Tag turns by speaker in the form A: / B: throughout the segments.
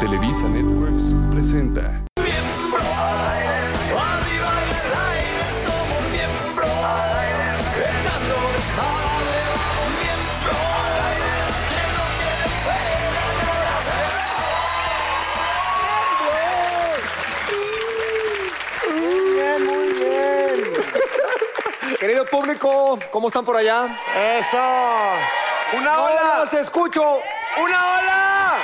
A: Televisa Networks presenta.
B: Arriba en el aire somos miembros, echando desmadre vamos miembros, que no tiene
C: Bien, muy bien. Querido público, ¿cómo están por allá? ¡Eso! ¡Una ola! ¡Los escucho! ¡Una ola!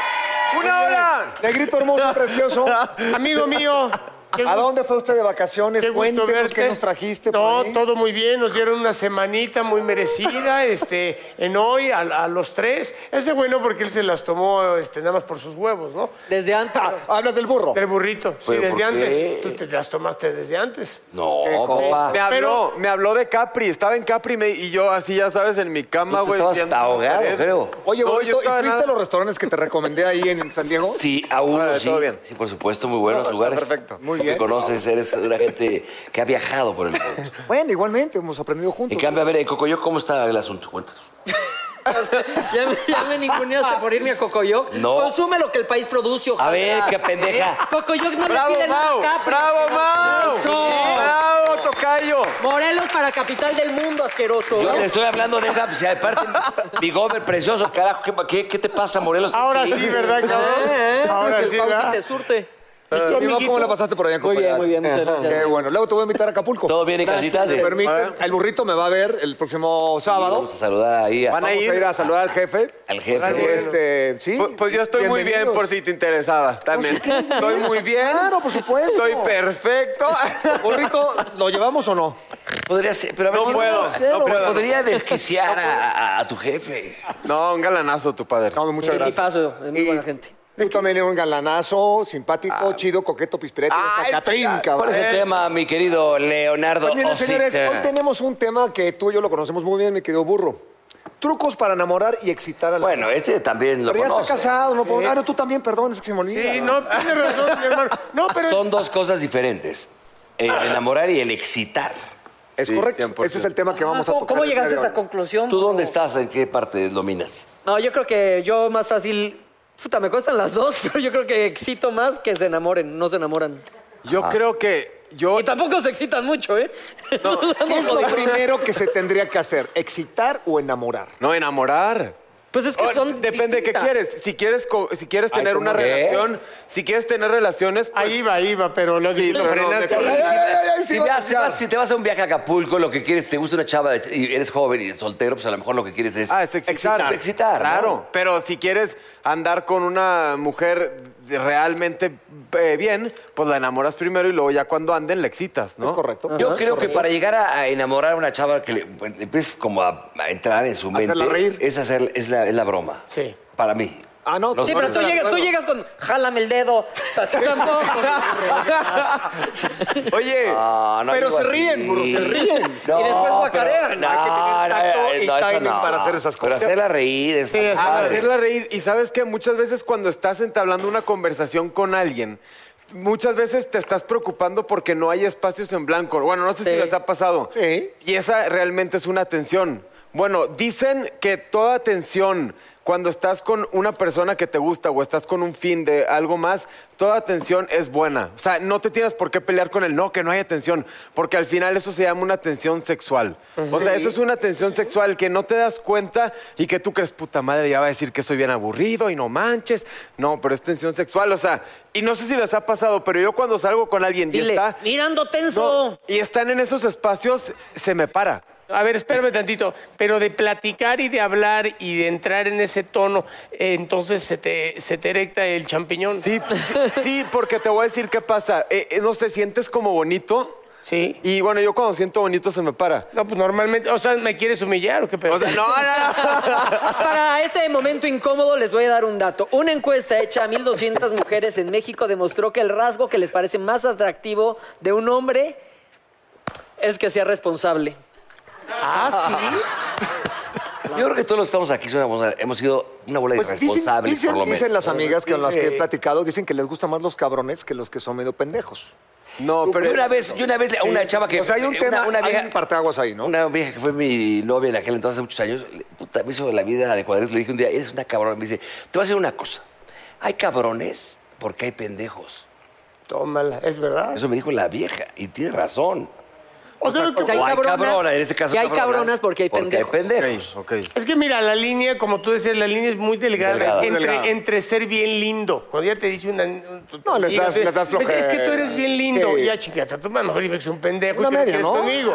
C: ¡Una ola! Negrito hermoso, precioso.
D: Amigo mío. qué
C: ¿A
D: gusto-
C: dónde fue usted de vacaciones?
D: Qué gusto
C: Cuéntenos
D: verte.
C: qué nos trajiste por
D: No,
C: ahí.
D: todo muy bien. Nos dieron una semanita muy merecida, este, en hoy a, a los tres. Ese bueno porque él se las tomó, este, nada más por sus huevos, ¿no?
E: Desde antes.
C: Ah, Hablas del burro.
D: Del burrito. Sí,
F: Pero, ¿por
D: desde
F: qué?
D: antes. Tú te las tomaste desde antes.
F: No,
G: Oh,
C: Qué
G: pues,
C: copa.
E: Me
D: Pero-
E: habló, me habló de Capri, estaba en Capri me- y yo así, ya sabes, en mi cama,
F: Tú te
E: güey.
F: estabas
E: viendo-
F: ahogado, creo.
C: Oye,
E: No,
C: burrito,
E: yo
C: ¿y
E: estaba
C: fuiste
E: nada-
C: a los restaurantes que te recomendé ahí en San Diego? Ah,
F: Sí, a uno
E: Órale,
F: sí.
E: todo bien.
F: Sí, por supuesto, muy buenos
E: No,
F: lugares.
E: perfecto.
C: Muy
F: Tú
C: bien.
F: Que conoces, eres una gente que ha viajado por el mundo.
C: Bueno, igualmente, hemos aprendido juntos.
F: En cambio, a ver, eh, Cocoyo, ¿cómo está el asunto? Cuéntanos.
E: ya, me, ya me ninguneaste por irme a Cocoyoc.
F: No.
E: Consume lo que el país produce, Eh,
F: ojalá. ver, qué pendeja.
E: Cocoyoc no
G: Bravo, Mau. Bravo, Mau. Bravo, Tocayo.
E: Morelos para capital del mundo, asqueroso.
F: Yo te estoy hablando de esa, pues, aparte, mi gober precioso, carajo, ¿qué, qué, qué te pasa, Morelos? Eh,
D: Ahora sí,
E: Eh,
D: ¿verdad, cabrón? Ahora sí, ¿verdad?
E: surte.
D: ¿Y tú,
C: Amigo, ¿Cómo
D: amiguito?
C: la pasaste por allá?
E: Muy bien, muy bien, muchas
C: Ajá.
E: gracias.
C: Qué bueno. Luego te voy a invitar a Acapulco.
F: ¿Todo bien en
C: Gracias,
F: casita?
C: si me
F: Sí.
C: permiten. El burrito me va a ver el próximo sábado.
F: eh. Vamos a saludar ahí a-
E: Van
C: Vamos a ir a saludar al jefe.
F: al jefe.
C: Y, Este, sí.
G: Pues, pues yo estoy muy bien,
C: bienvenidos. Pues,
G: por si te interesaba también. Estoy muy bien.
C: Claro, por supuesto.
G: Estoy perfecto.
C: Burrito, ¿lo llevamos o no?
F: Podría ser, pero a ver
G: No
F: si-
G: puedo, no
F: pero
G: puedo.
F: podría desquiciar a, a- a tu jefe.
G: No, un galanazo tu padre.
C: No, pues, muchas gracias.
E: Equipazo, es muy
C: Y
E: buena gente.
C: Tú también eres un galanazo, simpático, chido, coqueto, pispirete.
G: Ay,
C: hasta Catrín,
F: ¿Cuál
C: cabrón.
F: Ah. es Oh, el tema, mi querido Leonardo?
C: Pues miren, señores,
F: Osita?
C: hoy tenemos un tema que tú y yo lo conocemos muy bien, mi querido burro. Trucos para enamorar y excitar a la
F: Bueno, este también lo
C: Pero ya está
F: conoce.
C: casado, no puedo. Ah, no, tú también, perdón, es que se me olvida.
D: Sí, no, tienes razón, mi hermano. No, pero
F: Son dos cosas diferentes. El enamorar y el excitar.
C: Es
G: Sí,
C: correcto.
G: 100%.
C: Ese es el tema que
E: Ah,
C: vamos a
E: ¿Cómo,
C: tocar.
E: cómo
C: el día
E: llegaste a esa
C: de hoy.
E: conclusión?
F: ¿Tú dónde estás? ¿En qué parte dominas?
E: No, yo creo que yo más fácil. Puta, me cuestan las dos, pero yo creo que excito más que se enamoren, no se enamoran.
G: Yo creo que yo
E: Y tampoco se excitan mucho, ¿eh?
C: ¿Qué es lo primero que se tendría que hacer? ¿Excitar o enamorar?
G: no enamorar.
E: Pues es que
G: Oh,
E: son.
G: depende de qué
E: distintas.
G: quieres. Si quieres co- si quieres
F: Ay,
G: tener
F: ¿cómo
G: una
F: ves?
G: relación, si quieres tener relaciones, pues,
D: ahí va, ahí va, pero lo, di- lo
G: pero no,
D: frenaste.
G: de-
C: Ay, ay, ay, ay, sí
F: Si,
C: va,
F: vas-
C: sí
F: si
C: va.
F: vas- si te vas a un viaje a Acapulco, lo que quieres, te gusta una chava de- y eres joven y soltero, pues a lo mejor lo que quieres es.
G: Ah, es excitar.
F: Es excitar, ¿no?
G: Claro. Pero si quieres andar con una mujer de- realmente eh, bien, pues la enamoras primero y luego ya cuando anden la excitas, ¿no?
C: Es correcto.
F: Yo creo que para llegar a, a enamorar a una chava que le, le empieces como a, a entrar en su mente.
C: Hacerla reír.
F: Es, hacer, es, la, es la broma.
D: Sí.
F: Para mí.
C: Ah, no,
E: Sí, pero tú
C: Claro,
E: llegas, tú
C: claro.
E: llegas con. Jálame el dedo. Así tampoco.
G: Oye,
F: Ah, No, no
C: Pero
F: digo
C: se
F: así.
C: ríen, burro, se ríen.
F: No,
E: Y después guacarean.
F: pero-
C: Hay que tener tacto y
F: eso
C: timing para hacer esas cosas.
F: Pero hacerla reír es
D: Sí, es-
F: padre.
G: hacerla reír. Y sabes que muchas veces cuando estás entablando una conversación con alguien, muchas veces te estás preocupando porque no hay espacios en blanco. Bueno, no sé si
E: Sí.
G: les ha pasado.
C: Sí.
G: Y esa realmente es una tensión. Bueno, dicen que toda atención cuando estás con una persona que te gusta o estás con un fin de algo más, toda atención es buena. O sea, no te tienes por qué pelear con el no, que no hay atención, porque al final eso se llama una atención sexual. O sea,
D: Sí.
G: eso es una atención sexual que no te das cuenta y que tú crees, puta madre, ya va a decir que soy bien aburrido y no manches. No, pero es tensión sexual, o sea, y no sé si les ha pasado, pero yo cuando salgo con alguien y
D: Dile,
G: está...
E: Mirando
G: tenso. y están en esos espacios, se me para.
D: A ver, espérame tantito, pero de platicar y de hablar y de entrar en ese tono, eh, entonces se te, se te erecta el champiñón.
G: Sí, sí, porque te voy a decir qué pasa. Eh, eh, no sé, sientes como bonito.
D: Sí.
G: Y bueno, yo cuando siento bonito se me para.
D: No, pues normalmente, o sea, ¿me quieres humillar o qué pedo?
G: O sea, no, no, no.
E: Para este momento incómodo les voy a dar un dato. Una encuesta hecha a 1.200 mujeres en México demostró que el rasgo que les parece más atractivo de un hombre es que sea responsable.
D: Ah,
F: Yo creo que todos los que estamos aquí son una bola- hemos sido una bola de
C: Pues dicen,
F: irresponsables,
C: dicen-
F: por lo menos.
C: dicen las amigas con las que he
F: Eh,
C: platicado, dicen que les gustan más los cabrones que los que son medio pendejos.
G: No,
F: Yo
G: pero.
F: una vez, yo una vez a una chava que. eh,
C: O sea, hay un
F: una-
C: tema,
F: una vieja-
C: hay un parteaguas ahí, ¿no?
F: Una vieja que fue mi novia en aquel entonces, hace muchos años, le- puta, me hizo la vida de cuadritos. Le dije un día, eres una cabrona. Me dice, te voy a decir una cosa. Hay cabrones porque hay pendejos.
D: sí, tómala, es verdad.
F: Eso me dijo la vieja. Y tiene razón.
D: O sea, lo que-
E: O sea, hay
F: O hay
E: cabronas,
F: cabronas, en ese caso,
E: y hay
F: cabronas,
E: cabronas porque hay
F: porque hay
E: pendejos.
F: pendejos.
G: Ok, ok.
D: es que mira, la línea, como tú decías, la línea es muy delgada,
F: Delgada.
D: entre,
C: Delgada.
D: entre ser bien lindo. Cuando ya te dice una...
C: No, les das- les das
D: Es, "Pues es que tú
C: flojera.
D: eres bien lindo.
C: Sí.
D: Ya, chingada, tú mejor dime que soy un pendejo
C: Una
D: y que no
C: media,
D: quieres
C: ¿no?
D: conmigo.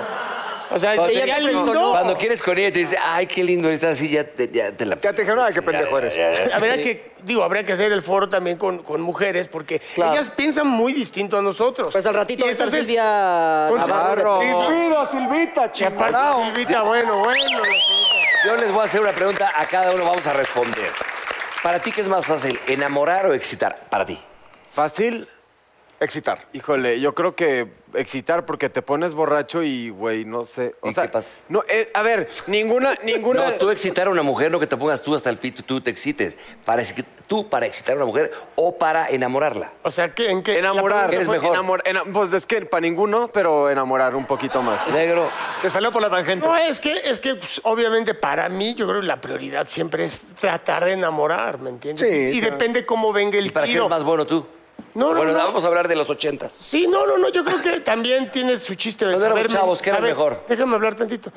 D: O sea,
F: Cuando,
D: sería
F: te-
D: lindo.
F: cuando quieres con ella y te dice, ay, qué lindo es así, ya te, ya te la...
C: Ya te dijeron, ay, qué pendejo eres.
D: Habrá que, digo, habría que hacer el foro también con, con mujeres, porque
C: Claro.
D: ellas piensan muy distinto a nosotros.
E: Pues al ratito
D: Y
E: va a estar
D: entonces-
E: Silvia
D: Entonces-
E: Navarro.
C: Silvita, Silvita,
D: Y aparte,
C: chingado.
D: Silvita, bueno, bueno.
F: Yo les voy a hacer una pregunta, a cada uno vamos a responder. ¿Para ti qué es más fácil, enamorar o excitar? Para ti.
G: Fácil.
C: Excitar.
G: Híjole, yo creo que excitar porque te pones borracho y, güey, no sé. O
F: ¿Y
G: sea,
F: qué pasa?
G: No, eh, a ver, ninguna, ninguna.
F: No, tú excitar a una mujer, no que te pongas tú hasta el pito y tú te excites. Para, exci- tú para excitar a una mujer o para enamorarla.
D: O sea, ¿qué, ¿en qué?
G: Enamorar.
F: ¿Qué
D: La
F: eres
D: pregunta
F: mejor?
G: Enamor- ena- pues es que para ninguno, pero enamorar un poquito más.
F: Negro,
C: Te salió por la
D: fue-
C: tangente.
D: No, es que, es que pues, obviamente para mí, yo creo que la prioridad siempre es tratar de enamorar, ¿me entiendes?
C: Sí,
D: y y
C: claro.
D: depende cómo venga el
F: ¿y para qué
D: tiro.
F: eres más bueno tú?
D: No, no,
F: bueno,
D: no.
F: vamos a hablar de los ochentas.
D: Sí, no, no, no, yo creo que también tiene su chiste de
F: Cuando éramos
D: saber...
F: chavos, ¿qué era
D: saber-
F: mejor?
D: Déjame hablar tantito.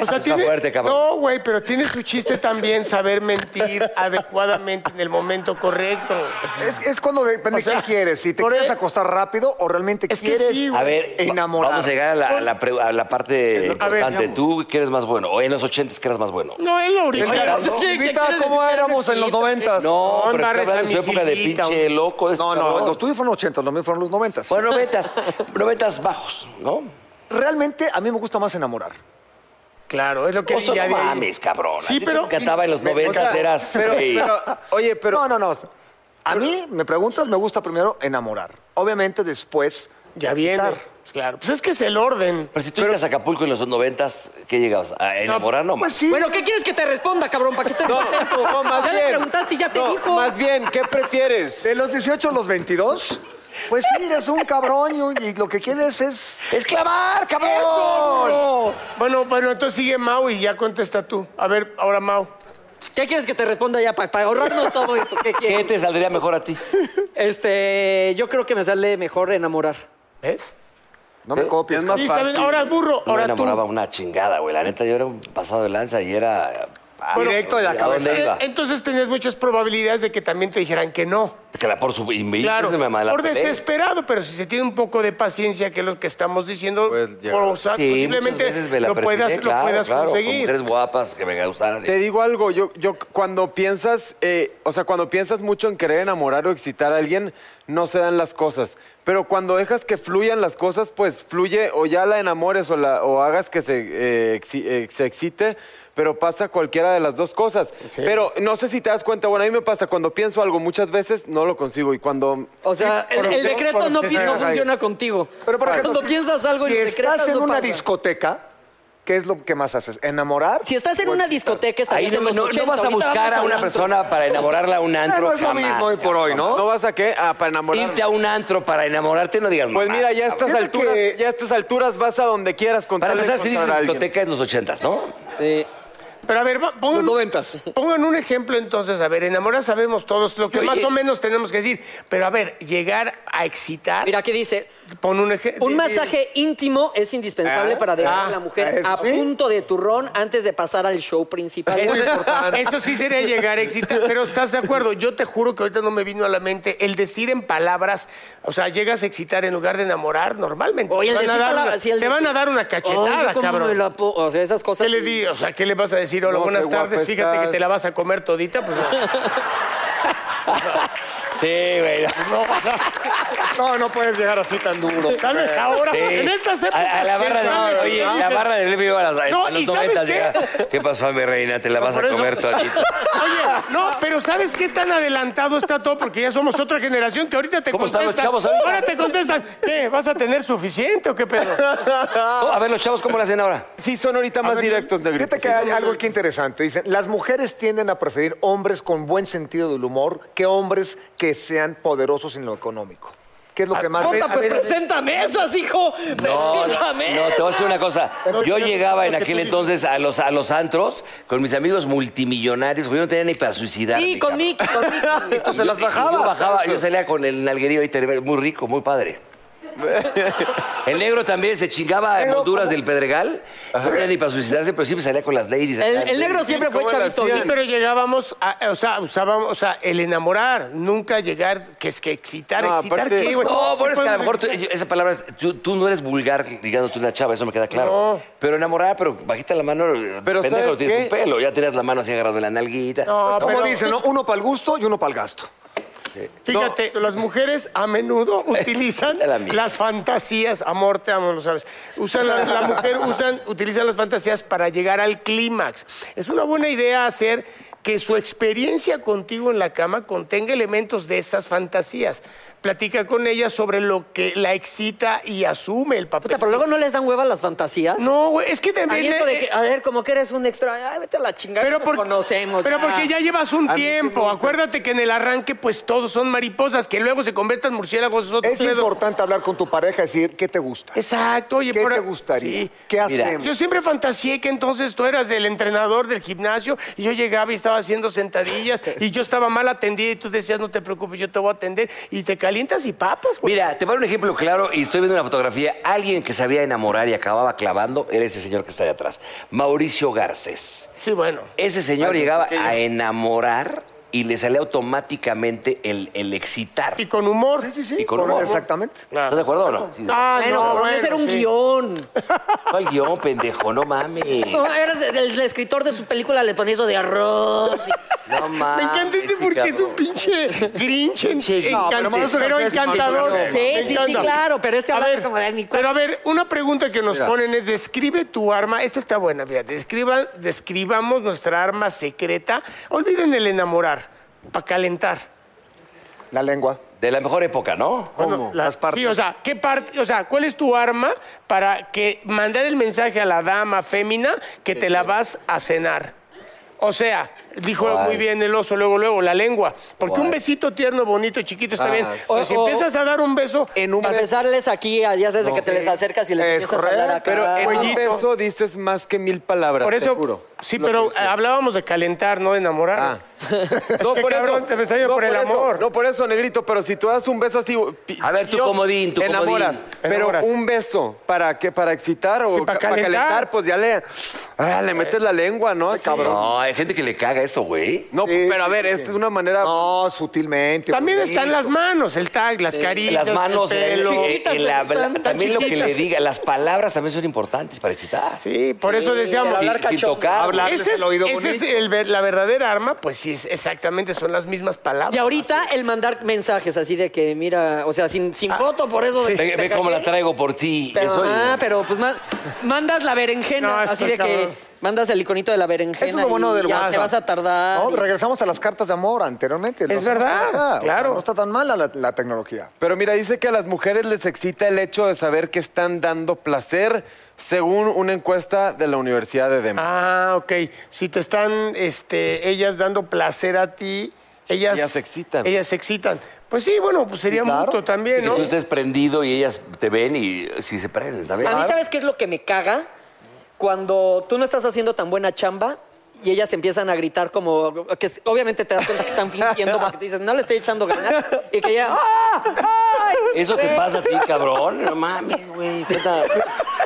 D: o sea,
F: fuerte, cabrón.
D: No, güey, pero tiene su chiste también saber mentir adecuadamente en el momento correcto.
C: Es, es cuando depende
D: O sea,
C: qué quieres. Si te
D: por
C: quieres
D: e-
C: acostar rápido o realmente
D: Es que
C: quieres
D: sí, güey.
F: A ver, va-
C: enamorar.
F: vamos a llegar a la, a la pre- a la parte
D: lo- a ver,
F: importante.
D: veamos.
F: ¿Tú qué eres más bueno? ¿O en los ochentas qué eres más bueno?
D: No, él ahorita.
F: Oye,
C: Silvita, ¿cómo éramos en los noventas?
F: No,
D: No,
F: pero
D: no,
F: estoy
D: esa
F: hablando de su
D: mi
F: época de
D: sillita,
F: pinche
D: güey.
F: loco.
C: No, no,
F: cabrón.
C: los tuyos fueron los 80, los míos fueron los 90.
F: Bueno, noventas, noventas bajos, ¿no?
C: Realmente a mí me gusta más enamorar.
D: Claro, es lo que
F: Oso,
D: ya
F: no
D: de ahí.
F: mames, cabrón.
D: Sí,
F: A ti
D: pero-
F: Te encantaba en los noventas, eras...
G: Pero,
F: gay.
G: pero, oye, pero.
C: No, no, no. A mí, me preguntas, me gusta primero enamorar. Obviamente después.
D: Ya
C: excitar.
D: viene. Pues claro. Pues es que es el orden.
F: Pero si tú llegas a Acapulco en los noventas, ¿qué llegabas? ¿A enamorar no,
C: Pues
F: más?
C: sí.
E: Bueno, ¿qué quieres que te responda, cabrón? ¿Para qué estás
G: No,
E: contento?
G: no, más
E: ya
G: bien.
E: le preguntaste y ya te
G: No,
E: dijo.
G: Más bien, ¿qué prefieres?
C: de los 18 a los 22, pues sí, eres un cabrón y, un- y lo que quieres es.
F: ¡Es clavar, cabrón!
D: Bueno, bueno, entonces sigue Mau y ya contesta tú. A ver, ahora Mau.
E: ¿Qué quieres que te responda ya para, ahorrarnos todo esto? ¿Qué
F: ¿Qué
E: quieres?
F: te saldría mejor a ti?
E: Este, yo creo que me sale mejor enamorar.
D: ¿Ves?
C: No me copies.
G: Es más
D: Sí, está bien.
G: fácil.
D: Ahora burro,
F: ¿Eh? Me
D: ahora tú.
F: enamoraba una chingada, güey. La neta, yo era un pasado de lanza y era... ah,
C: Directo de la
F: ¿a
C: cabeza.
F: dónde
D: Eh,
F: iba?
D: Entonces tenías muchas probabilidades de que también te dijeran que no.
F: Claro, por su... Y me
D: Claro,
F: hice mi mamá la
D: por
F: pelea.
D: desesperado, pero si se tiene un poco de paciencia, que es lo que estamos diciendo,
G: Pues, ya.
D: o sea,
F: Sí, muchas
D: posiblemente
F: veces me la
D: lo puedas,
F: persigné,
D: lo
F: claro,
D: puedas
F: claro, Con
D: conseguir.
F: mujeres guapas que me gustaran.
G: Te digo algo, yo, yo cuando piensas, eh, o sea, cuando piensas mucho en querer enamorar o excitar a alguien, no se dan las cosas. Pero cuando dejas que fluyan las cosas, pues fluye o ya la enamores o, la, o hagas que se, eh, exi- eh, se excite, pero pasa cualquiera de las dos cosas. Pero no sé si te das cuenta, bueno, a mí me pasa, cuando pienso algo muchas veces no lo consigo y cuando...
E: O sea, el, el
C: por-
E: decreto
C: por-
E: no,
C: sí,
E: pi- no
C: sí, sí.
E: funciona contigo.
C: Pero por ejemplo,
E: cuando
C: si-
E: piensas algo y
C: si
E: lo decretas,
C: estás en
E: no
C: una
E: pasa.
C: discoteca, ¿qué es lo que más haces? ¿Enamorar?
E: Si estás en
C: o
E: una
C: excitar?
E: discoteca, estás
F: Ahí
E: en
F: no,
E: los
F: no
E: 80,
F: vas a
E: ahorita vamos
F: buscar a
E: un
F: una
E: antro.
F: persona para enamorarla a un antro.
C: no es lo
F: jamás.
C: mismo hoy por hoy, ¿no?
G: ¿No vas a qué? Ah, para enamorar.
F: Irte a un antro para enamorarte, no digas
G: Pues
F: mamá.
G: mira, ya a estas
C: Fíjate
G: alturas,
C: que-
G: ya a estas alturas vas a donde quieras con
F: Para
G: tal de
F: empezar, si dices
G: encontrar a alguien.
F: discoteca es los ochentas, ¿no?
E: Sí.
D: Pero a ver, va- pongan,
C: Los noventas.
D: pongan un ejemplo entonces. A ver, enamorar sabemos todos lo que
F: Oye.
D: más o menos tenemos que decir. Pero a ver, llegar a excitar.
E: Mira, aquí dice,
D: pon un Ah, ejemplo.
E: Un masaje íntimo es indispensable para dejar a la mujer
C: eso
E: a
C: sí.
E: punto de turrón antes de pasar al show principal.
D: Eso, eso sí sería llegar a excitar, pero estás de acuerdo. Yo te juro que ahorita no me vino a la mente el decir en palabras, o sea, llegas a excitar en lugar de enamorar normalmente.
E: Oye, el
D: Te van a
E: decir
D: dar
E: palabras,
D: una-
E: sí, el
D: te
E: de-
D: van a dar una cachetada,
E: Oye, ¿cómo me
D: cabrón.
E: la po- o sea, esas cosas.
D: ¿Qué le di? O sea, ¿qué le vas a decir? Hola,
G: No,
D: buenas
G: qué guapa
D: tardes. Fíjate que
G: estás.
D: te la vas a comer todita, pues no.
F: Sí, güey.
C: No, no puedes llegar así tan
E: Oh.
C: duro.
D: Tal vez ahora,
F: Sí.
D: en estas
F: A-
D: épocas.
F: A, la
D: ¿quién
F: barra de
D: sabe si
F: oye,
D: dicen-
F: la barra del vivo a las,
D: No,
F: a los
D: ¿y sabes
F: 90
D: qué?
F: llega. ¿Qué pasó, mi reina? Te la vas
D: Por
F: a
D: eso-
F: comer todita.
D: Oye, no, pero ¿sabes qué tan adelantado está todo? Porque ya somos otra generación que ahorita te
F: ¿Cómo están
D: contestan.
F: los chavos ahorita?
D: Ahora te contestan, ¿qué? ¿Vas a tener suficiente o qué pedo?
G: Oh,
F: No, a ver, los chavos, ¿cómo lo hacen ahora?
G: Sí, son ahorita más directos, negrito.
C: Fíjate que hay algo aquí interesante. Dicen, las mujeres tienden a preferir hombres con buen sentido del humor que hombres que sean poderosos en lo económico. ¿Qué es lo que más...
D: Jota,
C: ves?
D: pues,
C: A ver,
E: ¡Presenta mesas, hijo!
G: Pues
F: No,
E: ¡Presenta
F: no,
E: mesas!
F: no, te voy a decir una cosa. Yo llegaba en aquel entonces a los, a los antros con mis amigos multimillonarios, porque yo no tenía ni para suicidar.
E: Y con Mickey, con Mickey.
C: se las
F: Yo
C: bajabas.
F: bajaba, yo salía con el nalguerío ahí, terrible, muy rico, muy padre. El negro también se chingaba en
C: Negro,
F: Honduras
C: ¿cómo?
F: del Pedregal. No tenía ni para suicidarse, pero siempre salía con las ladies.
E: El,
F: acá.
E: el negro siempre fue
G: ¿Cómo lo
E: chavito.
G: hacían?
D: Sí, pero llegábamos, a- o sea, usábamos, o sea, el enamorar, nunca llegar, que es que excitar,
G: No,
D: excitar,
G: aparte-
D: ¿qué, güey?
F: No, pero es que a lo
D: podemos
F: mejor tú-
D: excitar?
F: esa palabra, es- tú, tú no eres vulgar ligándote a una chava, eso me queda claro.
D: No.
F: Pero enamorada, pero bajita la mano,
G: Pero
F: pendejo,
G: ¿sabes
F: tienes
G: qué?
F: un pelo, ya tenías la mano así agarrando la nalguita. Pues,
D: No,
C: Como
D: pero
C: Pues,
D: pues
C: dicen, ¿no? uno para el gusto y uno para el gasto.
D: fíjate, las mujeres a menudo utilizan
F: Era mía.
D: las fantasías, amor, te amo, lo sabes. Usan la, la mujer usan, utilizan las fantasías para llegar al clímax. Es una buena idea hacer que su experiencia contigo en la cama contenga elementos de esas fantasías. Platica con ella sobre lo que la excita y asume el papel.
E: Puta, pero luego no les dan hueva las fantasías.
D: No, güey, es que
E: Ahí
D: también.
E: esto de
D: eh,
E: que, a ver, como que eres un extra. Ay, vete a la chingada.
D: pero,
E: te
D: por-
E: conocemos.
D: pero porque ya llevas un
G: A mí sí me
D: tiempo.
G: gusta.
D: Acuérdate que en el arranque, pues todos son mariposas, que luego se conviertan en murciélagos. Es, otro
C: Es
D: pedo.
C: importante hablar con tu pareja y decir qué te gusta.
D: Exacto, oye,
C: ¿Qué
D: por-
C: te gustaría?
D: Sí.
C: ¿Qué
F: Mira,
C: hacemos?
D: Yo siempre fantaseé que entonces tú eras el entrenador del gimnasio y yo llegaba y estaba haciendo sentadillas y yo estaba mal atendida y tú decías, no te preocupes, yo te voy a atender y te calientas y papas, güey.
F: Mira, te pongo un ejemplo claro y estoy viendo una fotografía. Alguien que sabía enamorar y acababa clavando era ese señor que está de atrás, Mauricio Garcés.
D: Sí, bueno.
F: Ese señor llegaba a enamorar y le salía automáticamente el, el excitar.
D: Y con humor.
C: Sí, sí, sí.
F: Y con
C: Con-
F: humor.
C: Exactamente.
F: ¿Estás de acuerdo o no? Sí, sí.
D: Ah,
E: Bueno,
D: no,
E: cabrón,
D: bueno,
E: ese era un
D: sí.
E: guión.
F: ¿Cuál guión, pendejo? No mames.
E: No, era de- del del escritor de su película, le ponía eso de arroz.
F: No mames.
D: Me encanta este porque es un pinche grinch en-
F: Pinche
C: No,
D: encantador,
C: pero
D: pero,
C: vamos a ver,
D: encantador.
C: sí,
E: sí,
D: Me
E: sí,
D: encanta.
E: claro, pero este
D: A
E: hablaba
D: ver,
E: como de mi cuerpo.
D: Pero a ver, una pregunta que nos
G: Mira.
D: ponen es, describe tu arma, esta está buena, mira, describa, describamos nuestra arma secreta, olviden el enamorar, para calentar.
C: La lengua.
F: De la mejor época, ¿no?
D: Bueno, la- Sí, o sea, ¿qué parte, o sea, cuál es tu arma para que mandar el mensaje a la dama fémina que te la vas a cenar? O sea, dijo
F: Guay.
D: muy bien el oso, luego, luego, la lengua. Porque
F: Guay.
D: un besito tierno, bonito, chiquito está
G: Ah,
D: bien.
G: sí.
D: Pero si
E: O- o-
D: empiezas a dar un beso,
G: En un beso,
E: Empezarles aquí, ya desde que te les acercas y les
C: Es
E: empiezas a hablar acá.
G: pero en un
D: Cuellito.
G: beso dices más que mil palabras,
D: por eso.
G: te juro.
D: Sí,
G: Lo
D: pero
G: que
D: eh, hablábamos de calentar, no de enamorar.
G: Ah.
D: no, por eso. Te pensaba yo por el
G: eso,
D: amor.
G: No, por eso, negrito, pero si tú das un beso así. uh, pi-
F: A ver, tu
G: yo-
F: comodín, tu
G: te enamoras,
F: comodín.
G: Pero
D: Enamoras.
G: un beso, ¿para qué? ¿Para excitar o
D: Sí, para
G: ca- para
D: calentar.
G: calentar? Pues ya le. ah, le metes la lengua, ¿no? Así.
F: No, hay gente que le caga eso, güey.
G: No,
C: Sí,
G: pero a
C: sí,
G: ver,
C: sí,
G: es
D: pues,
C: sí.
G: una manera.
C: No, sutilmente.
D: También
C: bonito.
D: están las manos, el tag, las caricias.
F: Eh, Las manos, eh, el,
D: el pelo.
F: el-
E: Chiquitas,
F: el
E: pero
F: habla-
E: están tan
F: también lo que
D: chiquitas.
F: le diga, las palabras también son importantes para excitar.
D: Sí, por eso
F: Sin-
D: decíamos.
E: hablar
F: sin
E: cachondo.
F: tocar.
C: Hablar.
D: Ese es,
C: el oído
D: ese es
C: bonito.
D: el ver- la verdadera arma, pues sí, es- exactamente, son las mismas palabras.
E: Y ahorita el mandar mensajes así de que, mira, o sea, sin,
D: Ah,
E: sin foto, por eso. de-
F: Ve,
E: de
F: ve
E: que
F: cómo la
E: aquí-
F: traigo por ti.
E: Pero,
F: Eso-
E: ah, pero pues ma- mandas la berenjena
D: No, eso
E: así de que,
D: cabrón.
E: Mandas el iconito de la berenjena.
C: Eso es lo bueno
E: y
C: del
E: ya
C: WhatsApp.
E: te vas a
D: Ah,
E: tardar.
C: No, regresamos a las cartas de amor anteriormente.
G: Es verdad, claro.
C: no está tan mala la, la tecnología.
G: Pero mira, dice que a las mujeres les excita el hecho de saber que están dando placer, según una encuesta de la Universidad de Denver.
D: Ah, ok. Si te están este, ellas dando placer a ti, ellas,
F: Ellas se excitan.
D: Ellas se excitan. Pues sí, bueno, pues sería mutuo también,
F: Que
D: ¿no?
F: tú estés prendido y ellas te ven y eh, sí se prenden también.
E: A
D: Ah.
E: mí, ¿sabes qué es lo que me caga? Cuando tú no estás haciendo tan buena chamba y ellas empiezan a gritar como... que s- Obviamente te das cuenta que están fingiendo porque te dices, no le estoy echando ganas. Y que ya... ¡Ah! ¡Ay!
F: Eso te
E: Güey.
F: pasa a ti, cabrón. No mames, güey. puta.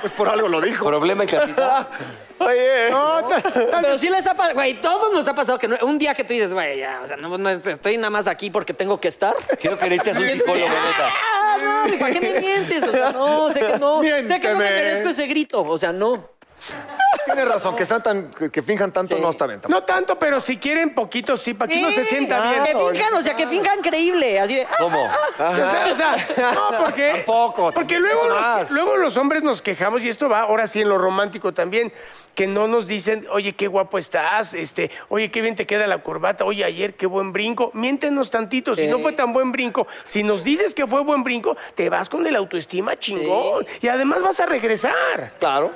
C: Pues por algo lo dijo.
F: Problema en casita.
D: Oye. No, ta- ta-
E: Pero sí les ha pasado, güey, todos nos ha pasado que no- un día que tú dices, güey, ya, o sea, no, no, estoy nada más aquí porque tengo que estar.
F: Creo que necesitas un psicólogo, neta.
E: Ah, no, ni ¿para qué me mientes? O sea, no, sé que no. Sé que no me pues,
D: Miénteme.
E: merezco ese grito. O sea, no.
C: Tienes razón, que, están tan, que, que finjan tanto no está bien. tampoco.
D: no tanto, pero si quieren poquito, sí, para que no se sienta bien.
E: Que finjan, o sea, que finjan creíble. Así de, ah,
F: ¿Cómo?
D: O sea, o sea, no, porque.
C: Tampoco,
D: Porque
C: tampoco
D: luego
C: más.
D: los, luego los hombres nos quejamos, y esto va ahora sí en lo romántico también, que no nos dicen, oye, qué guapo estás, este, oye, qué bien te queda la corbata, oye, ayer qué buen brinco. Miéntenos tantito, si no fue tan buen brinco, si nos dices que fue buen brinco, te vas con el autoestima chingón. Y además vas a regresar.
C: Claro,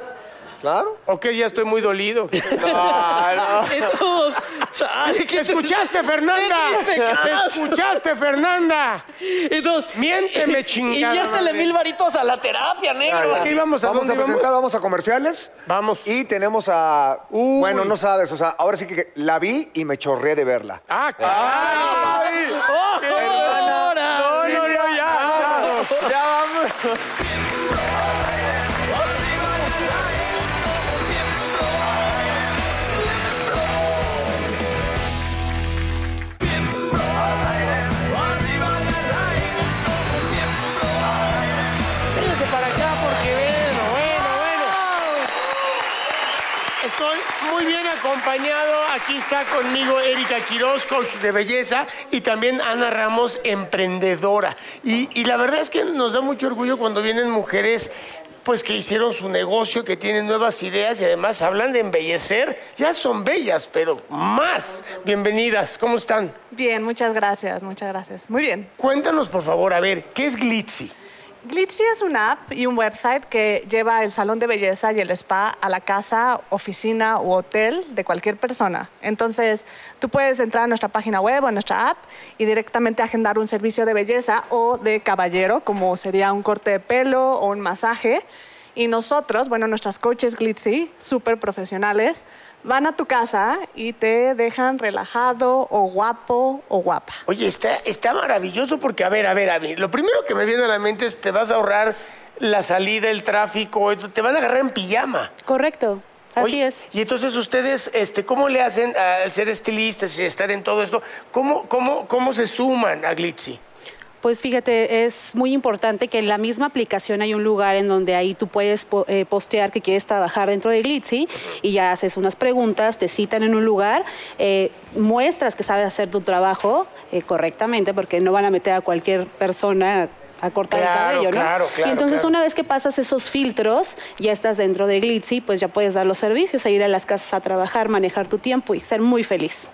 C: claro.
D: Ok, ya estoy muy dolido.
E: de todos. Chale,
D: ¿Qué
E: ¿qué
D: escuchaste, Fernanda?
E: ¿Qué te cagas?
D: escuchaste, Fernanda?
E: Y todos,
D: Miénteme, chingada
E: Inviértele
D: madre.
E: mil varitos a la terapia, negro.
D: ¿Qué íbamos a
C: Vamos a
D: dónde íbamos?
C: presentar, vamos a comerciales.
D: Vamos.
C: Y tenemos a.
D: Uy.
C: Bueno, no sabes, o sea, ahora sí que la vi y me chorré de verla.
D: Ah, claro.
E: ¡Oh, ahora!
D: No, no, no, ya.
C: Ya vamos.
D: Véngase para acá porque bueno, bueno, bueno. Estoy muy bien acompañado. Aquí está conmigo Erika Quiroz, coach de belleza, y también Ana Ramos, emprendedora. Y, y la verdad es que nos da mucho orgullo cuando vienen mujeres pues que hicieron su negocio, que tienen nuevas ideas y además hablan de embellecer. Ya son bellas, pero más. Bienvenidas, ¿cómo están?
H: Bien, muchas gracias, muchas gracias. Muy bien.
D: Cuéntanos, por favor, a ver, ¿qué es Glitzy?
H: Glitzy es una app y un website que lleva el salón de belleza y el spa a la casa, oficina u hotel de cualquier persona. Entonces, tú puedes entrar a nuestra página web o a nuestra app y directamente agendar un servicio de belleza o de caballero, como sería un corte de pelo o un masaje. Y nosotros, bueno, nuestras coaches glitzy, súper profesionales, van a tu casa y te dejan relajado o guapo o guapa.
D: Oye, está, está maravilloso porque, a ver, a ver, a ver, lo primero que me viene a la mente es te vas a ahorrar la salida, el tráfico, esto, te van a agarrar en pijama.
I: Correcto, así
D: Oye,
I: es.
D: Y entonces ustedes, este, ¿cómo le hacen al ser estilistas y estar en todo esto? ¿Cómo, cómo, cómo se suman a Glitzy?
I: Pues fíjate, es muy importante que en la misma aplicación hay un lugar en donde ahí tú puedes po- eh, postear que quieres trabajar dentro de Glitzy y ya haces unas preguntas, te citan en un lugar, eh, muestras que sabes hacer tu trabajo eh, correctamente porque no van a meter a cualquier persona a cortar
D: Claro,
I: el cabello, ¿no?
D: claro, claro,
I: y entonces
D: claro.
I: una vez que pasas esos filtros, ya estás dentro de Glitzy, pues ya puedes dar los servicios, e ir a las casas a trabajar, manejar tu tiempo y ser muy feliz.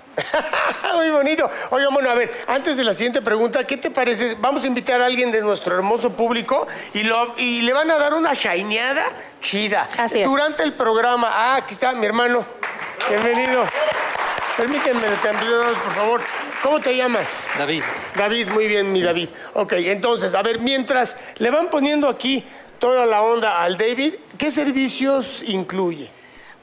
D: Ah, Muy bonito. Oye, bueno, a ver, antes de la siguiente pregunta, ¿qué te parece? Vamos a invitar a alguien de nuestro hermoso público y, lo, y le van a dar una shineada chida.
I: Así es.
D: Durante el programa. Ah, aquí está mi hermano. Bienvenido. Permítanme, te amplio, por favor. ¿Cómo te llamas?
J: David,
D: David, muy bien, mi David. Ok, entonces, a ver, mientras le van poniendo aquí toda la onda al David, ¿qué servicios incluye?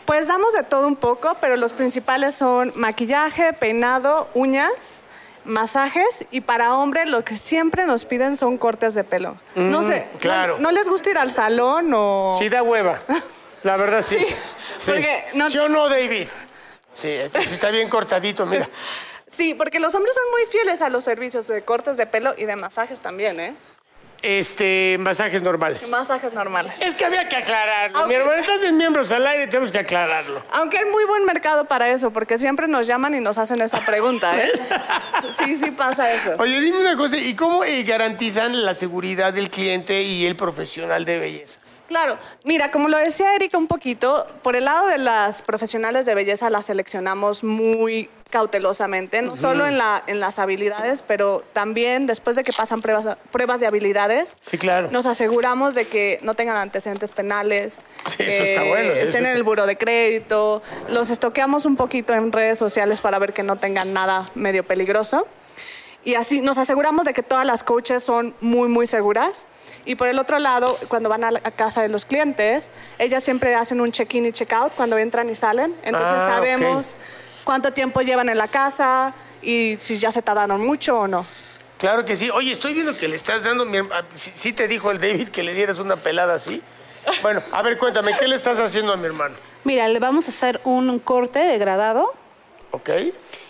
H: Pues damos de todo un poco, pero los principales son maquillaje, peinado, uñas, masajes y para hombre lo que siempre nos piden son cortes de pelo. no sé, ¿no-
D: Mm. claro.
H: ¿no, les gusta ir al salón o...?
D: Sí, da hueva. La verdad, sí.
H: Sí, porque no-
D: ¿Sí o no, David? Sí, este sí está bien cortadito, mira.
H: Sí, porque los hombres son muy fieles a los servicios de cortes de pelo y de masajes también, ¿eh?
D: Este, masajes normales.
H: Masajes normales.
D: Es que había que aclararlo. Mi
H: Ah, Ok.
D: hermano, estás en miembros al aire, tenemos que aclararlo.
H: Aunque hay muy buen mercado para eso, porque siempre nos llaman y nos hacen esa pregunta, ¿eh? Sí, sí pasa eso.
D: Oye, dime una cosa, ¿y cómo eh, garantizan la seguridad del cliente y el profesional de belleza?
H: Claro, mira, como lo decía Erika un poquito, por el lado de las profesionales de belleza las seleccionamos muy cautelosamente, no
J: Ujú.
H: solo en, la, en las habilidades, pero también después de que pasan pruebas, pruebas de habilidades,
D: Sí, claro.
H: nos aseguramos de que no tengan antecedentes penales, eh,
D: Sí, eso está bueno, eso
H: estén en
D: está-
H: el buro de crédito, los estoqueamos un poquito en redes sociales para ver que no tengan nada medio peligroso. Y así nos aseguramos de que todas las coaches son muy, muy seguras. Y por el otro lado, cuando van a la a casa de los clientes, ellas siempre hacen un check-in y check-out cuando entran y salen. Entonces
D: Ah, ok.
H: sabemos cuánto tiempo llevan en la casa y si ya se tardaron mucho o no.
D: Claro que sí. Oye, estoy viendo que le estás dando. mi herma- Sí, sí te dijo el David que le dieras una pelada así. Bueno, a ver, cuéntame, ¿qué le estás haciendo a mi hermano?
I: Mira, le vamos a hacer un corte degradado
D: ¿Ok?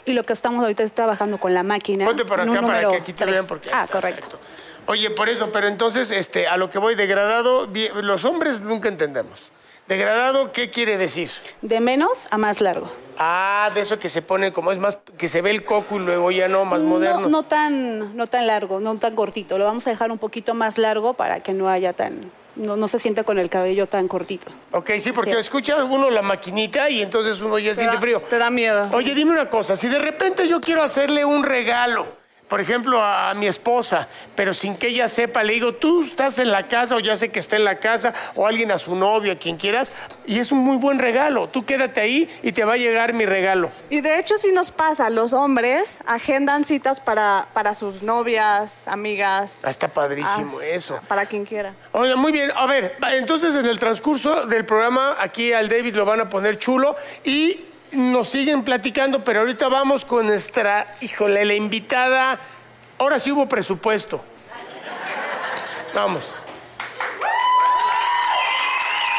I: y lo que estamos ahorita es trabajando con la máquina.
D: Ponte para
I: en
D: acá
I: un
D: para
I: número
D: que aquí te
I: tres.
D: vean porque.
I: Ah, correcto.
D: Oye, por eso, pero entonces, este, a lo que voy, degradado, vi- los hombres nunca entendemos. Degradado, ¿qué quiere decir?
I: De menos a más largo.
D: Ah, de eso que se pone como es más, que se ve el coco y luego ya no, más
I: No,
D: moderno.
I: no tan, no tan largo, no tan cortito. Lo vamos a dejar un poquito más largo para que no haya tan, no, no se sienta con el cabello tan cortito.
D: Ok, sí, porque escucha uno la maquinita y entonces uno ya
I: Te
D: siente
I: da-
D: frío.
H: Te da miedo.
D: Oye, dime una cosa, si de repente yo quiero hacerle un regalo, por ejemplo, a, a mi esposa, pero sin que ella sepa, le digo, tú estás en la casa o ya sé que está en la casa, o alguien a su novia, quien quieras, y es un muy buen regalo. Tú quédate ahí y te va a llegar mi regalo.
H: Y de hecho sí nos pasa, los hombres agendan citas para, para sus novias, amigas,
D: Ah, Está padrísimo
H: Ah.
D: eso.
H: para quien quiera.
D: Oye, muy bien. A ver, va, entonces en el transcurso del programa, aquí al David lo van a poner chulo y nos siguen platicando, pero ahorita vamos con nuestra, híjole, la invitada. Ahora sí hubo presupuesto. Vamos.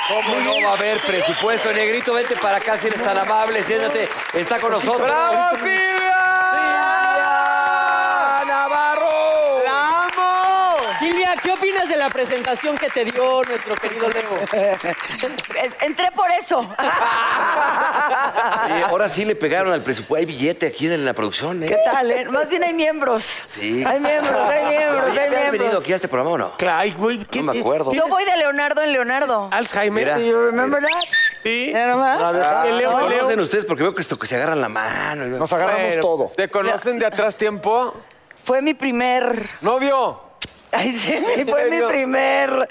K: ¿Cómo no va a haber presupuesto? Negrito, vente para acá si eres tan amable, siéntate, está con nosotros.
B: ¡Bravo,
K: Silvia Navarro!
B: ¡La amo!
E: Silvia, ¿qué opinas de la presentación que te dio nuestro querido Leo?
L: Entré por eso.
F: Oye, ahora sí le pegaron al presupuesto. Hay billete aquí en la producción, ¿eh?
L: ¿Qué tal? eh? Más bien hay miembros.
F: Sí.
L: Hay miembros, hay miembros,
F: Oye,
L: hay
F: ¿habías
L: miembros.
F: venido aquí a este programa o no?
D: Claro, güey.
F: No me acuerdo.
L: Yo voy de Leonardo en Leonardo.
D: Alzheimer.
F: Mira.
L: Do you remember that?
D: Sí.
L: Nada
F: No,
L: más.
F: no,
L: ¿No?
F: no conocen ustedes porque veo que, esto, que se agarran la mano. Nos
G: ¿Te conocen de atrás tiempo?
L: Fue mi primer.
G: ¿Novio?
L: Ay, sí, fue mi
G: serio?
L: primer.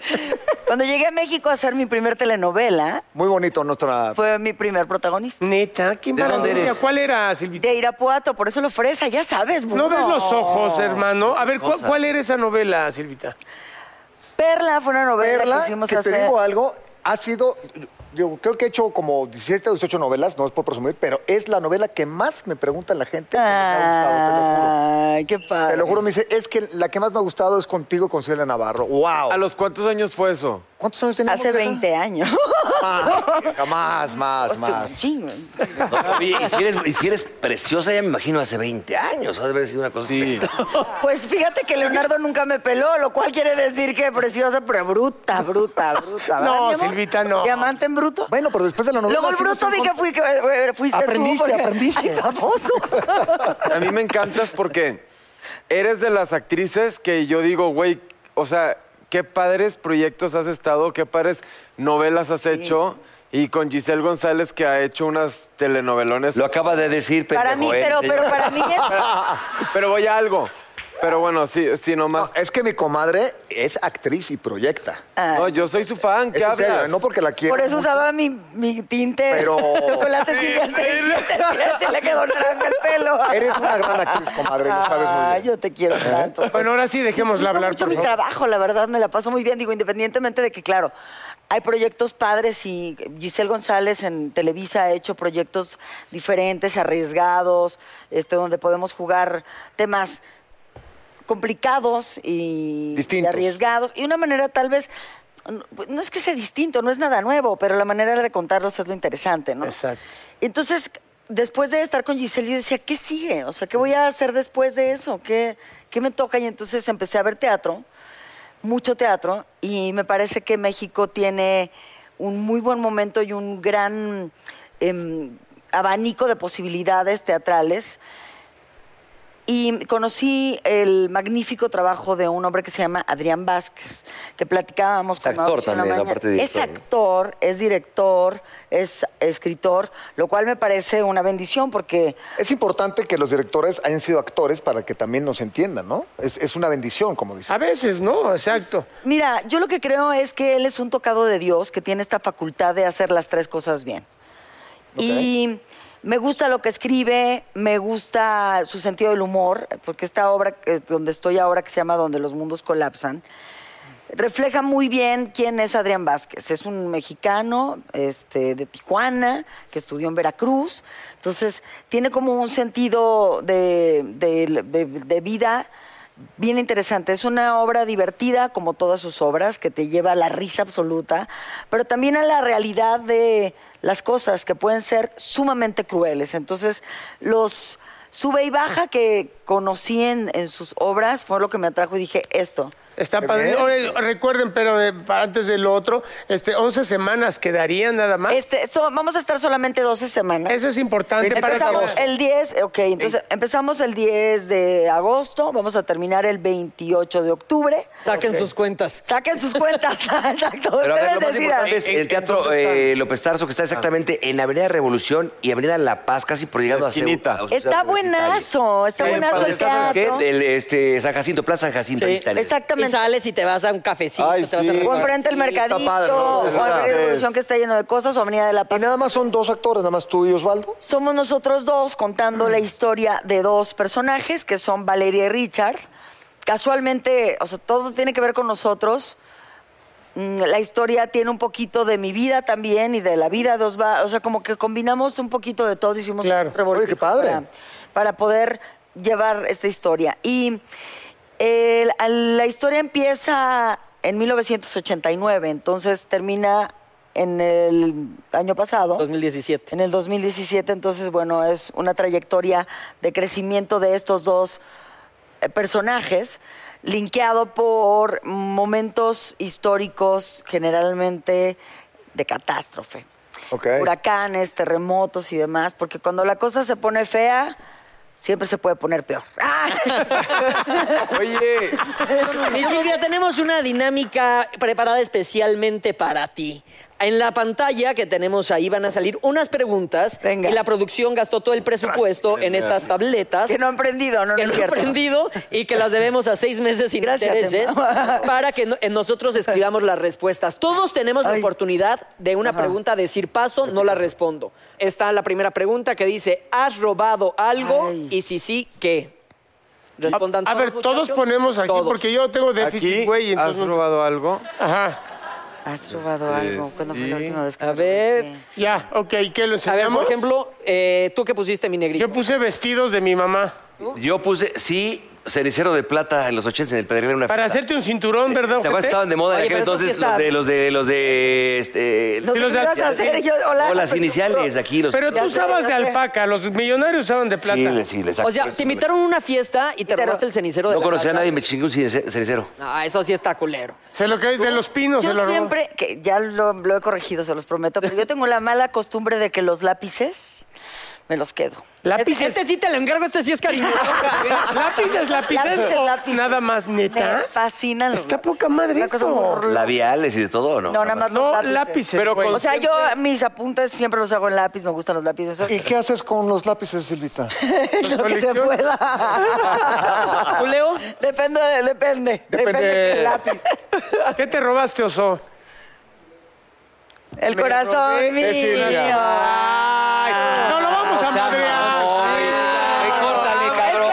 L: Cuando llegué a México a hacer mi primer telenovela,
C: Muy bonito nuestra.
L: fue mi primer protagonista.
D: Neta, qué
C: ¿De dónde maravilla. eres?
D: ¿Cuál era, Silvita?
L: De Irapuato, por eso lo fresa, Ah, ya sabes,
D: No
L: burro.
D: ves los ojos, hermano. A ver, ¿cu-
L: Cosa.
D: ¿cuál era esa novela, Silvita?
L: Perla fue una novela
C: Perla,
L: que hicimos
C: que
L: hacer.
C: te digo algo, ha sido, digo, creo que he hecho como 17 o 18 novelas, no es por presumir, pero es la novela que más me pregunta la gente.
L: Ay, qué padre.
C: Te lo juro, me dice, es que la que más me ha gustado es contigo con Silvia Navarro. ¡Wow!
G: ¿A los cuántos años fue eso?
C: ¿Cuántos años teníamos?
L: Hace
C: vieja?
L: 20 años.
C: Ah,
L: pues,
C: más, más,
L: Hace un
C: más.
L: Pues, chingo.
F: No, oye, y, si eres, y si eres preciosa, ya me imagino hace 20 años. Ha de haber sido una cosa. Sí.
L: Pues fíjate que Leonardo nunca me peló, lo cual quiere decir que preciosa, pero bruta, bruta, bruta. ¿verdad,
D: No,
L: mi amor?
D: Silvita, no.
L: ¿Diamante en bruto?
C: Bueno, pero después de la novela...
L: Luego el
C: sí nos
L: bruto vi que,
C: encont-
L: fui, que eh, fuiste
C: Aprendiste,
L: tú. porque-
C: aprendiste.
L: Ay, baboso.
G: A mí me encantas porque eres de las actrices que yo digo, güey, o sea, qué padres proyectos has estado, qué padres novelas has hecho. Y con Giselle González, que ha hecho unas telenovelones. Lo
F: acaba de decir, ¿eh?
L: Para mí, pero, pero para mí es...
G: Pero voy a algo. Pero bueno, sí, sí nomás.
C: es que mi comadre es actriz y proyecta.
G: No, yo soy su fan, ¿qué
C: Es en serio, ¿eh?
G: hablas?
C: no porque la quiero
L: Ah. Por eso
C: mucho.
L: usaba mi, mi tinte
C: Pero-
L: chocolate Silvia 6 tenía que donar el pelo.
C: Eres una gran
K: Ah, pues,
C: actriz, comadre, lo sabes muy bien.
L: Ay, Ah, yo te quiero tanto.
D: ¿Eh? Bueno, ahora sí, dejémosla
L: Disfruto
D: hablar,
L: mucho
D: por
L: mi
D: favor.
L: trabajo, la verdad, me la paso muy bien. Digo, independientemente de que, claro, hay proyectos padres y Giselle González en Televisa ha hecho proyectos diferentes, arriesgados, este, donde podemos jugar temas complicados y, y arriesgados. Y una manera tal vez, no, no es que sea distinto, no es nada nuevo, pero la manera de contarlos es lo interesante, ¿no?
D: Exacto.
L: Entonces, después de estar con Giselle, yo decía, ¿qué sigue? O sea, ¿qué voy a hacer después de eso? ¿Qué, qué me toca? Y entonces empecé a ver teatro, mucho teatro, y me parece que México tiene un muy buen momento y un gran em, abanico de posibilidades teatrales. Y conocí el magnífico trabajo de un hombre que se llama Adrián Vázquez, que platicábamos con
F: actor
L: Mauricio en la
F: también,
L: mañana.
F: aparte de
L: Es
F: director, ¿no?
L: actor, es director, es escritor, lo cual me parece una bendición porque...
J: Es importante que los directores hayan sido actores para que también nos entiendan, ¿no? Es, es una bendición, como dicen.
D: A veces, ¿no? Exacto.
L: Mira, yo lo que creo es que él es un tocado de Dios que tiene esta facultad de hacer las tres cosas bien. Y me gusta lo que escribe, me gusta su sentido del humor, porque esta obra eh, donde estoy ahora que se llama Donde los mundos colapsan, refleja muy bien quién es Adrián Vázquez. Es un mexicano este, de Tijuana que estudió en Veracruz. Entonces, tiene como un sentido de, de- de- de vida bien interesante. Es una obra divertida, como todas sus obras, que te lleva a la risa absoluta, pero también a la realidad de las cosas que pueden ser sumamente crueles. Entonces, los sube y baja que conocí en, en sus obras fue lo que me atrajo y dije, esto.
D: Está Ah, padre. Ahora, Recuerden, pero de- para antes de lo otro, este, 11 semanas quedarían nada más.
L: Este, so- vamos a estar solamente 12 semanas.
D: Eso es importante para
L: Empezamos
D: todos.
L: el 10, ok, entonces empezamos el 10 de agosto, vamos a terminar el 28 de octubre.
E: Saquen sus cuentas.
L: Saquen sus cuentas, exacto.
F: Pero a ver, lo
L: Ustedes
F: más
L: decidan.
F: importante es el Teatro eh, López Tarso, que está exactamente en Avenida Revolución y Avenida La Paz, casi por llegando a
L: esquinita.
F: Ceu- a
L: Está buenazo, está
F: Sí,
L: buenazo
F: padre.
L: el
F: ¿Sabes qué?
L: teatro.
F: El, este, San Jacinto, Plaza San Jacinto. ahí está el-
L: Exactamente.
E: Y sales y te vas a un cafecito, te vas a
L: O
E: restaurar.
L: enfrente el
E: Sí, está
L: mercadito,
E: padre, ¿no?
L: o
E: Es una-
L: Avenida Revolución que está lleno de cosas, o Avenida de la Paz.
J: Y nada más son dos actores, nada más tú y Osvaldo. Mm.
L: Somos nosotros dos contando la historia de dos personajes que son Valeria y Richard. Casualmente, o sea, todo tiene que ver con nosotros. Mm, La historia tiene un poquito de mi vida también y de la vida de Osvaldo. O sea, como que combinamos un poquito de todo, hicimos un revoltijo Para, para poder llevar esta historia. Y eh, la- la historia empieza en 1989, entonces termina en el año pasado.
E: 2017.
L: En el 2017, entonces, bueno, es una trayectoria de crecimiento de estos dos eh, personajes, linkeado por momentos históricos generalmente de catástrofe. Huracanes, terremotos y demás, porque cuando la cosa se pone fea, siempre se puede poner peor.
K: Oye.
E: Mi Silvia, tenemos una dinámica preparada especialmente para ti. En la pantalla que tenemos ahí van a salir unas preguntas y la producción gastó todo el presupuesto en estas tabletas. Que
L: no han prendido, no,
E: que
L: es
E: no han
L: cierto.
E: prendido y que las debemos a seis meses sin
L: Gracias,
E: intereses
L: Emma.
E: para que no- eh, nosotros escribamos las respuestas. Todos tenemos la oportunidad de una pregunta decir paso, no la respondo. Está la primera pregunta que dice, ¿has robado algo? Y si sí, ¿qué? Respondan
D: A ver, todos
E: muchachos.
D: ponemos aquí,
E: Todos.
D: porque yo tengo déficit,
G: Aquí,
D: güey.
G: ¿has robado algo?
D: Ajá.
L: ¿Has robado
G: algo? ¿Cuándo fue la sí. última
D: vez
L: que
D: Este, A
L: ver.
D: Ya, ok, ¿qué lo
E: A
D: enseñamos?
E: ver, por ejemplo, eh, tú que pusiste mi negrito.
D: Yo puse vestidos de mi mamá.
F: Yo puse, sí, cenicero de plata en los 80 en el Pedregal. en Una
D: Para
F: fiesta. Eh,
D: hacerte un cinturón, ¿verdad?
F: ¿Te acuerdas
D: ojete?
F: que estaban de moda en aquel entonces los de los de los de este
D: Los que ibas a hacer, yo, hola,
F: o las
D: pero-
F: iniciales aquí los
D: Pero tú usabas de alpaca, los millonarios usaban de plata.
F: Sí, sí, le saco.
E: O sea, te invitaron a una fiesta y te robaste el cenicero de
F: No
E: la
F: conocía a
E: casa.
F: nadie, me chingué un cine- cenicero.
E: No, eso sí está culero.
D: Se lo cae de los pinos,
L: Yo siempre, que ya lo, lo he corregido, se los prometo, pero yo tengo la mala costumbre de que los lápices me los quedo.
E: Lápices. Este, sí te lo encargo, este sí es cariñoso.
D: lápices, lápices.
L: Lápices, lápices.
D: Nada más, neta.
L: Me fascinan los
D: Está poca madre
L: Una cosa muy
D: eso.
L: horrorosa.
F: Labiales y de todo, ¿no?
L: No, nada más los lápices.
F: Pero con
L: o sea, yo mis apuntes siempre los hago en lápiz, me gustan los lápices.
J: ¿Y qué haces con los lápices, Silvita?
L: Lo que se
D: Ah,
L: pueda.
D: pues
E: ¿Tú, Leo?
L: Depende, de- depende. Depende del lápiz.
D: ¿Qué te robaste, oso?
L: El
D: Me
L: corazón
D: robé-
L: mío.
D: Sí, sí, Ay, no lo vamos a madrear.
K: Córtale,
D: cabrón.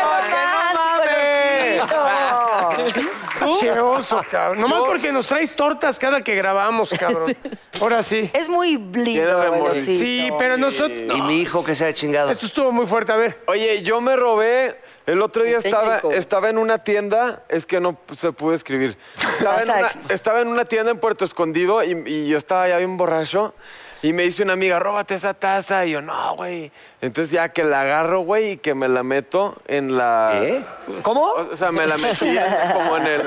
D: Che oso, cabrón. Nomás porque nos traes tortas cada que grabamos, cabrón. Ahora sí.
L: Es muy
G: Quiero
D: blindo.
G: memorizar.
D: Sí, pero nosotros...
F: Y mi hijo que se ha chingado.
D: Esto estuvo muy fuerte, a ver.
G: Oye, yo me robé. El otro día
D: Enseña
G: estaba,
D: el cobre.
G: estaba en una tienda, es que no se pudo escribir. Estaba, en una, estaba en una tienda en Puerto Escondido y, y yo estaba ya bien borracho. Y me dice una amiga, róbate esa taza. Y yo, no, güey. Entonces ya que la agarro, güey, y que me la meto en la...
C: ¿Cómo?
G: O sea, me la metí como en, el,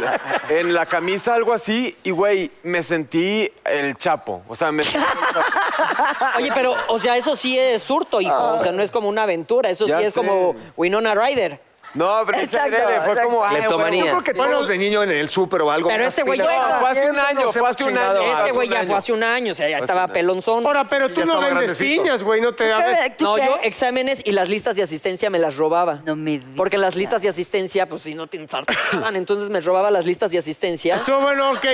G: en la camisa, algo así. Y, güey, me sentí el chapo. O sea, me sentí el chapo.
E: Oye, pero, o sea, eso sí es hurto, hijo. O sea, no es como una aventura. Eso
G: Ya
E: sí es
G: sé.
E: como Winona Ryder.
G: No, pero esa
L: Exacto,
G: Adriana fue
L: exacto.
G: como... ay,
M: Leptomanía.
G: huevo.
M: Yo creo que todos de niño en el súper o algo.
E: Pero
M: unas
E: este güey
M: pilas.
E: ya.
M: No, fue hace un año, fue hace un año.
E: Este güey ya
M: hace un
E: fue
M: año.
E: hace un año, o sea, ya
M: Hace
E: estaba
M: un año.
E: pelonzón.
D: Ahora, pero
E: Y
D: tú
E: ya
D: no
E: estaba
D: vendes
E: grandecito.
D: piñas, güey, no te
E: ¿Tú
D: hagas-
E: qué? No, yo exámenes y las listas de asistencia me las robaba.
L: No me
E: Porque las listas de asistencia, pues si no te ensartaban, entonces me robaba las listas de asistencia.
D: Estuvo bueno, ok.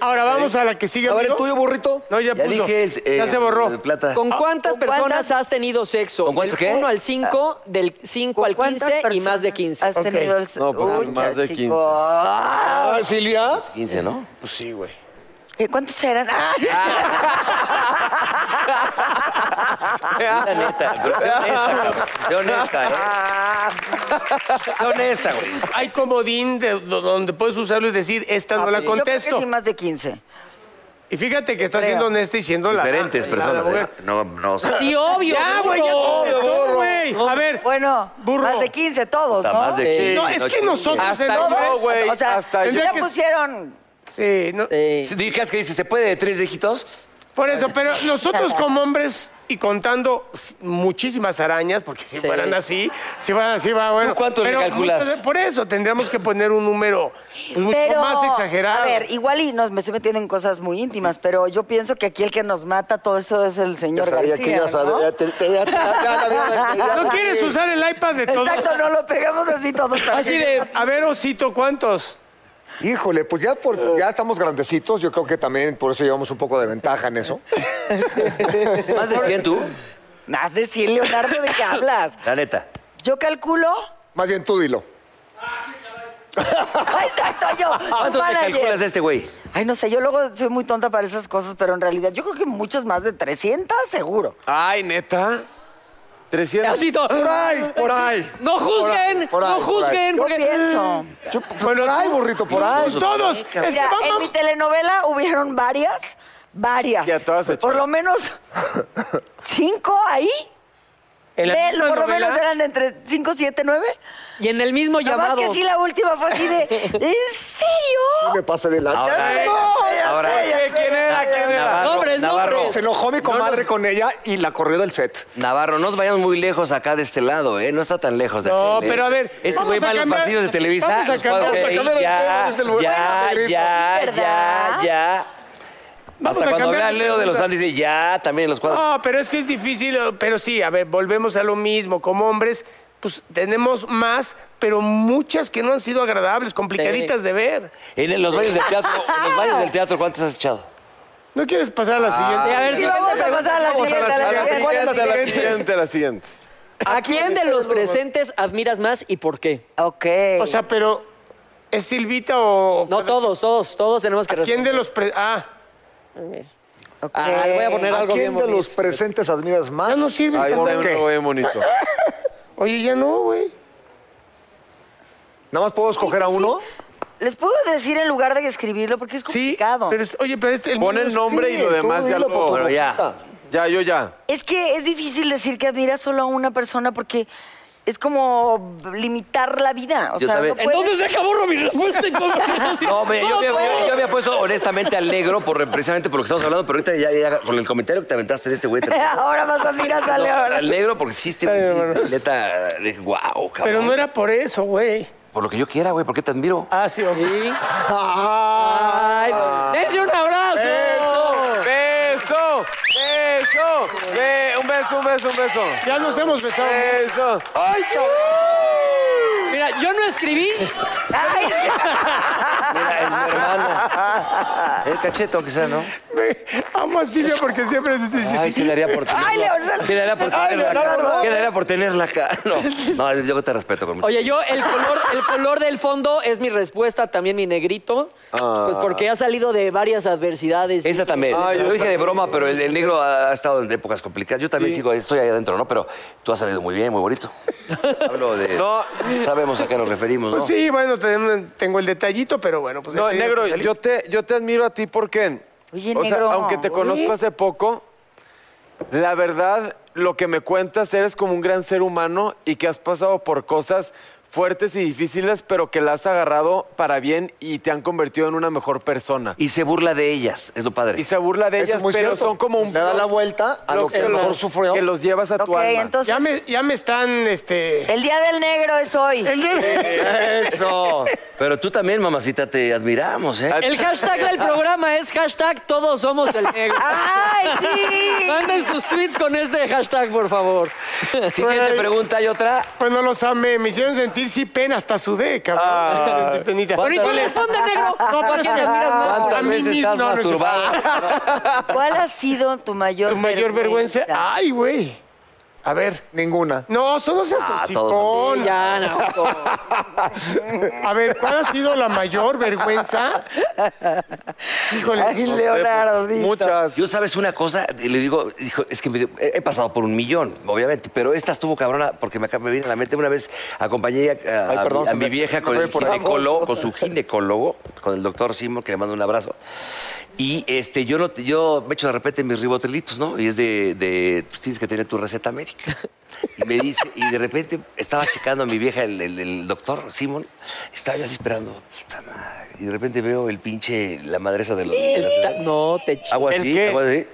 D: Ahora vamos a la que sigue.
E: A ver,
D: amigo.
E: ¿el tuyo,
C: burrito?
D: No, ya,
E: Ya
D: puso.
E: dije el, eh,
D: ya se borró. Ah,
E: el de plata. Ah, ¿Con cuántas personas has tenido sexo? ¿Con
D: cuántas
E: Del
D: qué?
E: 1 al 5, del 5 al 15 y más de 15.
L: Has tenido el...
E: No, pues,
L: Ucha,
E: más de
L: chico.
E: 15.
L: Ah,
C: ¿Silvia?
F: 15, ¿no? Pues sí, güey.
L: ¿Eh, ¿Cuántos eran?
F: La neta, pero sé honesta, cabrón. Sé honesta, ¿eh? Sé honesta, güey.
D: Hay comodín de- do- donde puedes usarlo y decir, esta no
L: Ah,
D: la
L: pues, yo creo que
D: contesto.
L: sí, más de 15.
D: Y fíjate que está
L: Creo.
D: siendo honesta y siendo la.
F: Diferentes
D: la-
F: personas,
D: la mujer.
F: ¿eh? No, no. o sea,
L: Sí, obvio,
D: Ya, güey, ya
L: burro.
D: contestó,
L: Burro.
D: güey. A ver.
L: Bueno, más de 15 todos,
D: Puta,
L: ¿no?
D: más de Sí. 15,
L: No, es
D: no
L: que
D: chingues.
L: nosotros
D: Hasta
L: en
D: yo,
L: hombres,
D: güey,
L: O sea,
D: hasta yo.
L: ya pusieron...
D: Sí, no.
F: Si digas que dice, ¿se puede de tres dígitos?
D: Por eso, pero nosotros como hombres y contando s- muchísimas arañas, porque si
F: Sí.
D: fueran así, si fueran así, va bueno.
F: cuánto le
D: Pero
F: calculas?
D: muchas veces- Por eso tendríamos que poner un número pues, mucho
L: Pero,
D: más exagerado.
L: A ver, igual y nos me estoy metiendo en cosas muy íntimas, pero yo pienso que aquí el que nos mata todo eso es el señor
C: Ya sabía
L: García.
C: que ibas a-
L: ¿no?
C: ya te- te- ya te- ya- ya- ya- ya- ya-
D: ¿No quieres usar el iPad de todos?
L: Exacto, no lo pegamos así todos. para
D: Así
L: que-
D: de, a ver, Osito, ¿cuántos?
C: Híjole, pues ya, por, ya estamos grandecitos. Yo creo que también por eso llevamos un poco de ventaja en eso.
F: ¿Más de 100 tú?
L: Más de 100, Leonardo, ¿de qué hablas?
F: La neta.
L: Yo calculo...
C: Más bien tú dilo.
L: Exacto, yo.
E: Ah,
F: ¿Cuánto te
L: manager.
F: calculas a este güey?
L: Ay, no sé, yo luego soy muy tonta para esas cosas, pero en realidad yo creo que muchos más de 300, seguro.
G: Ay, neta. 300.
E: Así todo.
C: Por ahí, por ahí.
E: No juzguen,
G: Por ahí, por ahí.
E: no juzguen.
L: Yo
E: porque-
L: pienso.
C: bueno, por ahí, burrito, por ahí.
D: Pues todos.
L: Mira,
D: Es que vamos.
L: en mi telenovela hubieron varias, varias.
G: Y a todas se
L: Por
G: echó.
L: lo menos cinco ahí.
D: ¿En la
L: Ve,
D: misma
L: por lo
D: novela?
L: menos eran de entre 5, 7, 9.
E: Y en el mismo
L: Más
E: llamado.
L: que sí, la última fue así de. ¿En serio?
C: Me pasé de la...
F: Ahora, ahora.
G: ¿Quién era? ¿Quién era?
E: Nombres, nombres.
C: Se enojó mi comadre
F: No nos-
C: con ella y la corrió del set.
F: Navarro, no nos vayamos muy lejos acá de este lado, ¿eh? No está tan lejos de
D: No,
F: aquel, ¿eh?
D: pero a ver,
F: Este
D: vamos
F: güey
D: a
F: va a los
D: cambiar-
F: pasillos de Televisa.
D: vamos a
F: los
D: cambiar-
F: cuadros de
C: vamos a cambiar
F: ahí, Ya,
C: el tema desde
D: ¿eh?
C: luego.
F: ya,
C: Bueno,
F: ya,
L: sí,
F: ya,
L: ¿verdad?
F: ya.
D: Vamos
F: Hasta
D: a
F: cuando vea
D: cambiar de
F: Leo de los
D: pregunta.
F: Andes dice, ya, también los cuadros.
D: No, pero es que es difícil, eh, pero sí, a ver, volvemos a lo mismo. Como hombres, pues tenemos más, pero muchas que no han sido agradables, complicaditas de ver.
F: En el- los baños del teatro, en los baños del teatro, ¿cuántos has echado?
D: ¿No quieres pasar a
B: Ah,
D: la siguiente?
E: Ah.
L: a ver, sí, vamos a pasar a
G: Vamos
L: la
G: a la
L: siguiente. a la
G: siguiente,
L: siguiente.
G: a la siguiente, a la siguiente.
E: ¿A quién de los presentes admiras más y por qué?
L: Ok.
D: O sea, pero ¿es Silvita o...?
E: No, todos, todos, todos tenemos que responder.
D: ¿Quién de los... pre- Ah,
L: ok.
E: Ah, le voy a poner
C: ¿A
E: algo
C: quién
E: bien
C: de los
E: bonito.
C: presentes admiras más?
D: ya no sirve
G: Ahí está
D: esta madre.
C: qué?
G: uno bien bonito.
D: Oye, ya no, güey.
C: ¿Nada más puedo escoger a uno?
L: Les puedo decir en lugar de escribirlo porque es
D: Sí,
L: complicado.
D: pero es- oye, pero este...
G: Pon
D: mío
G: el
D: es-
G: nombre y lo
C: Sí, tú
G: demás ya
C: dilo por tu
G: lo...
C: boquita.
G: Ya, yo ya.
L: Es que es difícil decir que admiras solo a una persona porque es como limitar la vida. O
F: Yo
L: sea,
F: también.
L: no puedes-
E: Entonces deja borro mi respuesta y pongo-
F: No, me- yo, había, yo- yo había puesto honestamente al negro por, precisamente por lo que estamos hablando, pero ahorita ya, ya con el comentario que te aventaste de este güey. te-
L: Ahora vas a admirar a León.
F: Al negro porque sí, este güey, sí, neta, dije, guau, cabrón.
D: Pero no era por eso, güey.
F: Por lo que yo quiera, güey, porque te admiro.
D: Ah, sí, ok.
E: Ay, dense un abrazo.
G: Ah. ¡Beso! ¡Beso! Be- un beso, un beso, un beso.
D: Ya nos hemos besado.
G: ¡Beso!
C: ¡Ay, cabrón!
E: Mira, yo no escribí.
L: Ay,
F: Mira, es mi hermana.
L: Ah.
F: El cacheto, quizá, ¿no?
D: Amo a Silvia porque siempre se dice...
F: Ay, ¿qué le haría por tenerla?
L: Ay, Leonardo.
F: ¿Qué le haría por
L: Ay,
F: tenerla acá?
L: Leonardo.
F: ¿Qué le haría por tenerla acá? No, no, yo te respeto con mucho.
E: Oye, yo el color, el color del fondo es mi respuesta, también mi negrito. Pues porque ha salido de varias adversidades.
F: Ah. Esa también.
G: Ah, yo
F: lo dije de broma, pero el, el negro ha, ha estado en épocas complicadas. Yo también sigo, estoy ahí adentro, ¿no? Pero tú has salido muy bien, muy bonito. Hablo de...
G: No.
F: Sabemos a qué nos referimos, ¿no?
D: Pues sí, bueno, ten- tengo el detallito, pero bueno, pues...
G: No,
D: he tenido
G: negro,
D: que salir.
G: yo te, yo te admiro a ti porque,
L: Oye,
G: o sea,
L: negro.
G: aunque te
L: Oye.
G: conozco hace poco, la verdad, lo que me cuentas, eres como un gran ser humano y que has pasado por cosas fuertes y difíciles, pero que la has agarrado para bien y te han convertido en una mejor persona.
F: Y se burla de ellas, es lo padre.
G: Y se burla de
F: Eso es
G: ellas,
F: muy
G: pero
F: cierto.
G: son como un...
F: Le da la
L: Ah,
J: vuelta a lo que a lo mejor sufrió.
G: Que los llevas a tu
L: Ok,
G: alma.
L: entonces-
D: Ya me, ya me están, este...
L: El día del negro es hoy. El día
F: Eso. Pero tú también, mamacita, te admiramos, ¿eh?
E: El hashtag del programa es hashtag todos somos el negro.
L: ¡Ay,
E: sí! Manden sus tweets con este hashtag, por favor.
D: Ay.
F: pregunta, ¿hay otra?
D: Pues no los amé, me hicieron sentir sí pena, hasta sudé, cabrón. Ah, penita.
E: Ahorita
D: ¿Cuántas-
E: responde, negro.
D: No,
E: ¿Para
D: pero
E: qué
D: es
E: te
D: que-
E: admiras más?
D: ¿Cuántas
E: A mí
D: veces
E: mismo,
D: estás
E: no, no sé.
L: ¿Cuál ha sido tu mayor
D: Tu mayor vergüenza. Ay, güey. A ver.
J: Ninguna.
D: No, solo seas
L: Ah,
D: hocicón.
L: todos. Ya, no.
D: A ver, ¿cuál ha sido la mayor vergüenza? Híjole.
L: Ay,
J: pues,
L: Leonardo.
F: Muchas. Yo sabes una cosa, Y le digo, hijo, es que me- he, he pasado por un millón, obviamente, pero esta estuvo cabrona porque me, acaba- me viene a la mente una vez acompañé a, a-
J: Ay, perdón,
F: a
J: se
F: mi
J: me-
F: vieja
J: se
F: con
J: me
F: el
J: fue por ahí.
F: ginecólogo, con su ginecólogo, con el doctor Simon, que le mando un abrazo. Y este, yo no, yo me echo de repente mis ribotrilitos, ¿no? Y es de, de, pues tienes que tener tu receta médica. Y me dice, y de repente estaba checando a mi vieja, el, el- el doctor Simon, estaba yo así esperando. puta madre, Y de repente veo el pinche, la madreza de los... de las-
E: No, te ch-
F: Hago
E: ¿El
F: así,
E: qué?
F: hago así.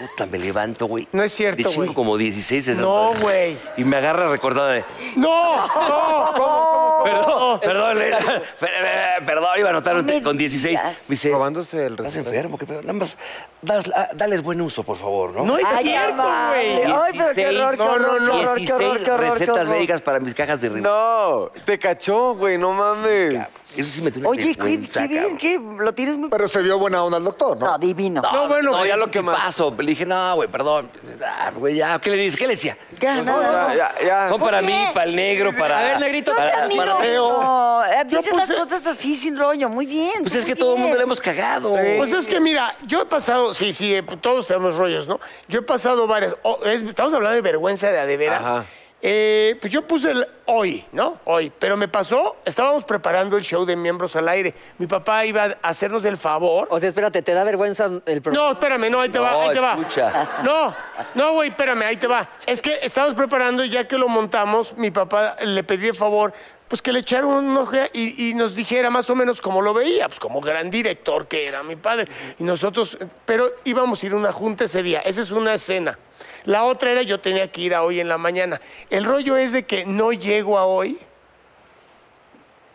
F: Puta, me levanto, güey. No es
D: cierto,
F: De chingo
D: güey.
F: como 16 esas
D: No,
F: madres.
D: güey.
F: Y me agarra recordando de...
D: No, no.
F: Perdón, perdón, Lena. Per- eh, perdón, iba a anotar un te- con 16. Me dice...
G: Robándose el
F: Estás enfermo, qué pedo. Nada más, das- ah, dales buen uso, por favor, ¿no?
D: No es
L: Ay,
D: cierto,
L: amable.
D: güey.
L: Ay, pero qué horror, qué horror, qué horror, qué horror,
F: 16
L: qué horror, qué
F: recetas
L: horror.
F: médicas para mis cajas de ritmo.
G: No, te cachó, güey, no mames.
F: Eso sí me dio una
L: Oye, qué,
F: vergüenza,
L: qué bien,
F: cabrón.
L: que lo tienes muy...
J: Pero se vio buena onda el doctor, ¿no?
L: No, divino.
F: No, bueno,
G: ya
F: ya
G: lo
F: lo que paso. Le dije, no, güey, perdón. Ah, güey, ya. ¿Qué le dices? ¿Qué le decía?
L: Ya,
F: Pues,
L: nada.
F: no, ya, ya. Son
L: ¿Por
F: para
L: qué?
F: mí, para el negro, para.
E: A ver, negrito,
F: para,
L: Te admiro,
F: para-
L: no, eh,
D: Yo
L: dices
E: pues,
L: las
D: puse-
L: cosas así, sin rollo. Muy bien.
F: Pues
L: tú
F: es
L: muy
F: que todo el
L: bien.
F: mundo le hemos cagado.
D: Pues es que mira, yo he pasado, sí, sí, eh, todos tenemos rollos, ¿no? Yo he pasado varias, o- es- estamos hablando de vergüenza de a de veras. Eh, pues yo puse el hoy, ¿no? Hoy, pero me pasó, estábamos preparando el show de miembros al aire. Mi papá iba a hacernos el favor.
E: O sea, espérate, ¿te da vergüenza el programa?
D: No, espérame, no, ahí te va,
E: No,
D: ahí te va.
E: escucha.
D: No, no, güey, espérame, ahí te va. Es que estábamos preparando y ya que lo montamos, mi papá le pedí de favor, pues que le echara un ojo y, y nos dijera más o menos cómo lo veía, pues como gran director que era mi padre. Y nosotros, pero íbamos a ir a una junta ese día, esa es una escena. La otra era yo tenía que ir a hoy en la mañana. El rollo es de que no llego a hoy,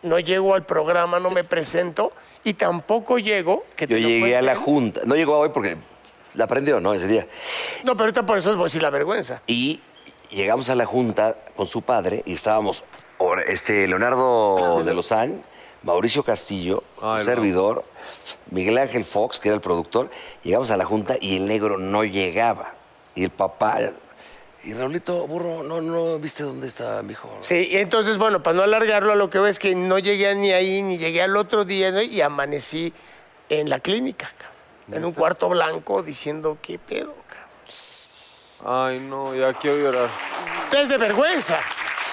D: no llego al programa, no me presento y tampoco llego. que te
F: Yo
D: lo
F: llegué a
D: cuente.
F: la junta. No llegó hoy porque la aprendió, ¿no? Ese día.
D: No, pero ahorita por eso es decir la vergüenza.
F: Y llegamos a la junta con su padre y estábamos or- este Leonardo de Lozán, Mauricio Castillo, un servidor, Miguel Ángel Fox, que era el productor. Llegamos a la junta y el negro no llegaba. Y el papá. Y Raulito, burro, no, no viste dónde está mi hijo.
D: Sí, y entonces, bueno, para no alargarlo, a lo que veo es que no llegué ni ahí, ni llegué al otro día, ¿no? y amanecí en la clínica, cabrón, en un cuarto blanco, diciendo, ¿qué pedo?
G: Ay, no, ya quiero llorar.
D: Esto Es de vergüenza.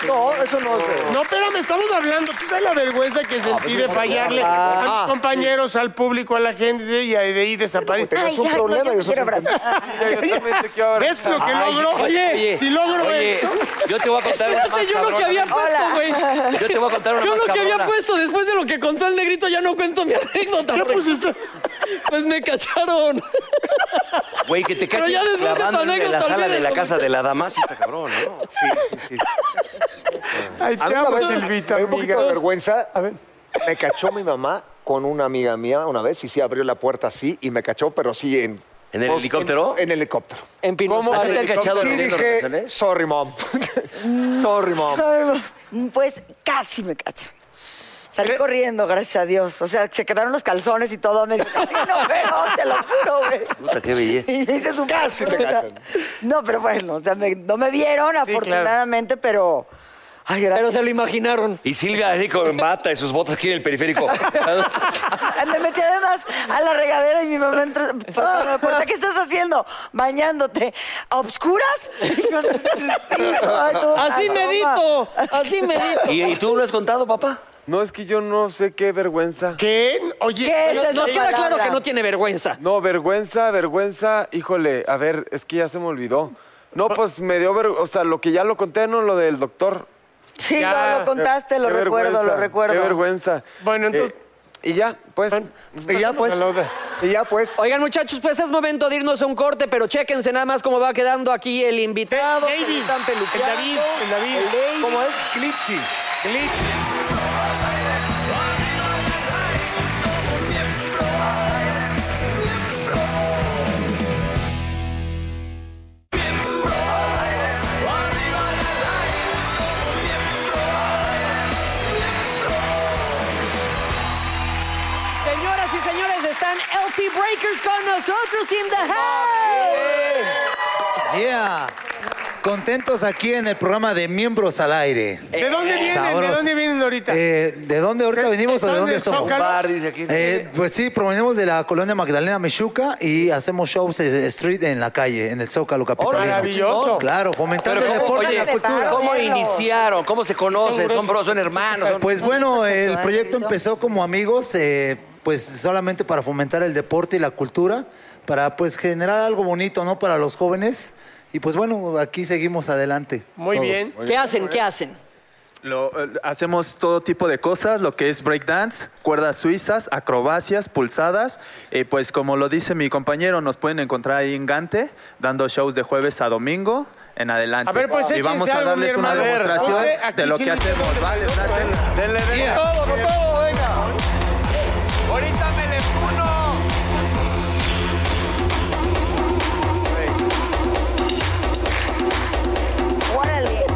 J: No, eso no es vergüenza.
D: No, pero me estamos hablando. Tú sabes la vergüenza
F: Ah,
D: que sentí
J: pues,
D: de
J: sí,
D: fallarle
J: ah,
D: a
J: ah,
D: mis compañeros, al público, a la gente y de ahí desaparecer.
J: Tenías un problema y eso
L: quiero
J: te-
D: ¿Ves lo que
F: Ay,
D: logro?
F: oye, oye,
D: si logro
F: oye,
D: esto.
F: Yo te voy a contar una Pues más
E: Pues, Espérate, yo lo que
F: cabrona.
E: había puesto,
L: Hola.
E: güey.
F: Yo te voy a contar una
E: Yo
F: más
E: lo que había
F: cabrona.
E: puesto después de lo que contó el negrito, ya no cuento mi anécdota.
D: ¿Qué
E: porque-
D: pusiste?
E: Pues me cacharon.
F: Güey, que te
E: Pero
F: cachen
E: ya después de tu
F: clavando en
E: anécdota,
F: la sala de la
E: olvídalo.
F: casa de la dama, sí está cabrón, ¿no? Sí, sí, sí.
D: Ay,
J: A
D: te
J: mí una
D: amo,
J: vez
D: Silvita,
J: me dio un poquito de
D: amiga.
J: vergüenza. Me cachó mi mamá con una amiga mía una vez y sí abrió la puerta así y me cachó, pero sí en...
F: ¿En el helicóptero?
J: En, en helicóptero.
E: En Pino
F: ¿A ti
E: Suárez.
F: te han cachado
J: Sí
F: vendiendo
J: dije,
F: relaciones?
J: sorry, mom. sorry, mom.
L: Pues casi me cacha. Salí corriendo, gracias a Dios. O sea, se quedaron los calzones y todo. Me dijo, "Ay, no, pero te lo juro, güey.
F: Puta, qué belleza.
L: Y me hice su
J: Casi te cachan.
L: No, pero bueno, o sea, me- no me vieron, afortunadamente, pero. Ay, gracias.
E: Pero se lo imaginaron.
F: Y Silvia así con bata y sus botas aquí en el periférico.
L: Ay, Me metí además a la regadera y mi mamá entró por la puerta. ¿Qué estás haciendo? Bañándote. ¿A obscuras? Y yo, "Sí, ay, todo
E: Así
L: mal,
E: medito, así medito.
F: ¿Y, y tú lo has contado, papá?
G: No, es que yo no sé qué vergüenza.
D: ¿Qué? Oye,
L: ¿Qué es
D: pero-
L: esa
E: Nos queda claro
L: palabra?
E: que no tiene vergüenza.
G: No, vergüenza, vergüenza. Híjole, a ver, es que ya se me olvidó. No, pues me dio vergüenza. O sea, lo que ya lo conté, no, lo del doctor.
L: Sí, no, lo contaste, lo
G: Qué
L: recuerdo,
G: vergüenza,
L: lo recuerdo.
G: Qué vergüenza. Eh,
B: Bueno,
G: entonces. y ya, pues.
D: Y ya, pues. Y ya, pues.
E: Oigan, muchachos, pues es momento de irnos a un corte, pero chéquense nada más cómo va quedando aquí el invitado.
B: David,
E: que le están peluqueando.
B: el David, el David.
E: David.
B: ¿Cómo
D: es? Clipsy.
E: Señoras y señores, están LP Breakers con nosotros in the house.
N: Yeah. Contentos aquí en el programa de Miembros al Aire.
B: ¿De dónde vienen?
N: Sabroso.
B: ¿De dónde vienen ahorita?
N: Eh, ¿De dónde ahorita venimos o de
B: están
N: dónde
B: del
N: somos?
B: Zócalo?
N: Eh, pues sí, provenimos de la colonia Magdalena Michuca y hacemos shows de street en la calle, en el
B: Oh,
N: Zócalo capitalino.
F: maravilloso.
N: Claro, fomentando el
F: Pero ¿cómo-
N: deporte y la
F: oye,
N: cultura.
F: ¿Cómo iniciaron? ¿Cómo se conocen? ¿Son bros? ¿Son hermanos? son-
N: Pues bueno, el
L: ¿eh?
N: proyecto empezó como amigos, eh, pues solamente para fomentar el deporte y la cultura, para pues generar algo bonito, ¿no? Para los jóvenes. Y pues bueno, aquí seguimos adelante. todos.
E: ¿Qué hacen? ¿Qué hacen?
O: Lo, eh, hacemos todo tipo de cosas, lo que es breakdance, cuerdas suizas, acrobacias, pulsadas. Y pues como lo dice mi compañero, nos pueden encontrar ahí en Gante, dando shows de jueves a domingo en adelante.
B: A ver, pues
O: y
B: échense
O: vamos a
B: algo, mi
O: darles una
B: hermano.
O: demostración
B: Ponte aquí
O: de lo
B: sí
O: que
B: me-
O: hacemos. ¿vale?
B: Denle, denle.
O: Yeah.
B: Con todo, con todo, venga. Ahorita me le puno.
L: Órale.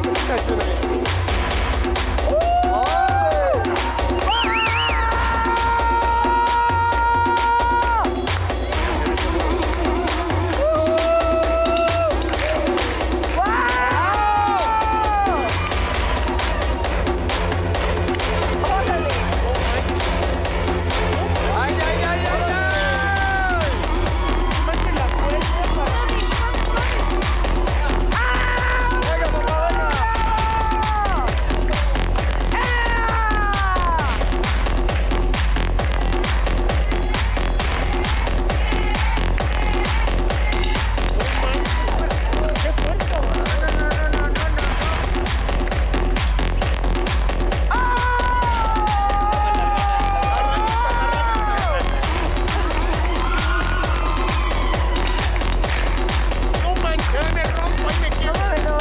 B: No manches, me rompo y me quiebro.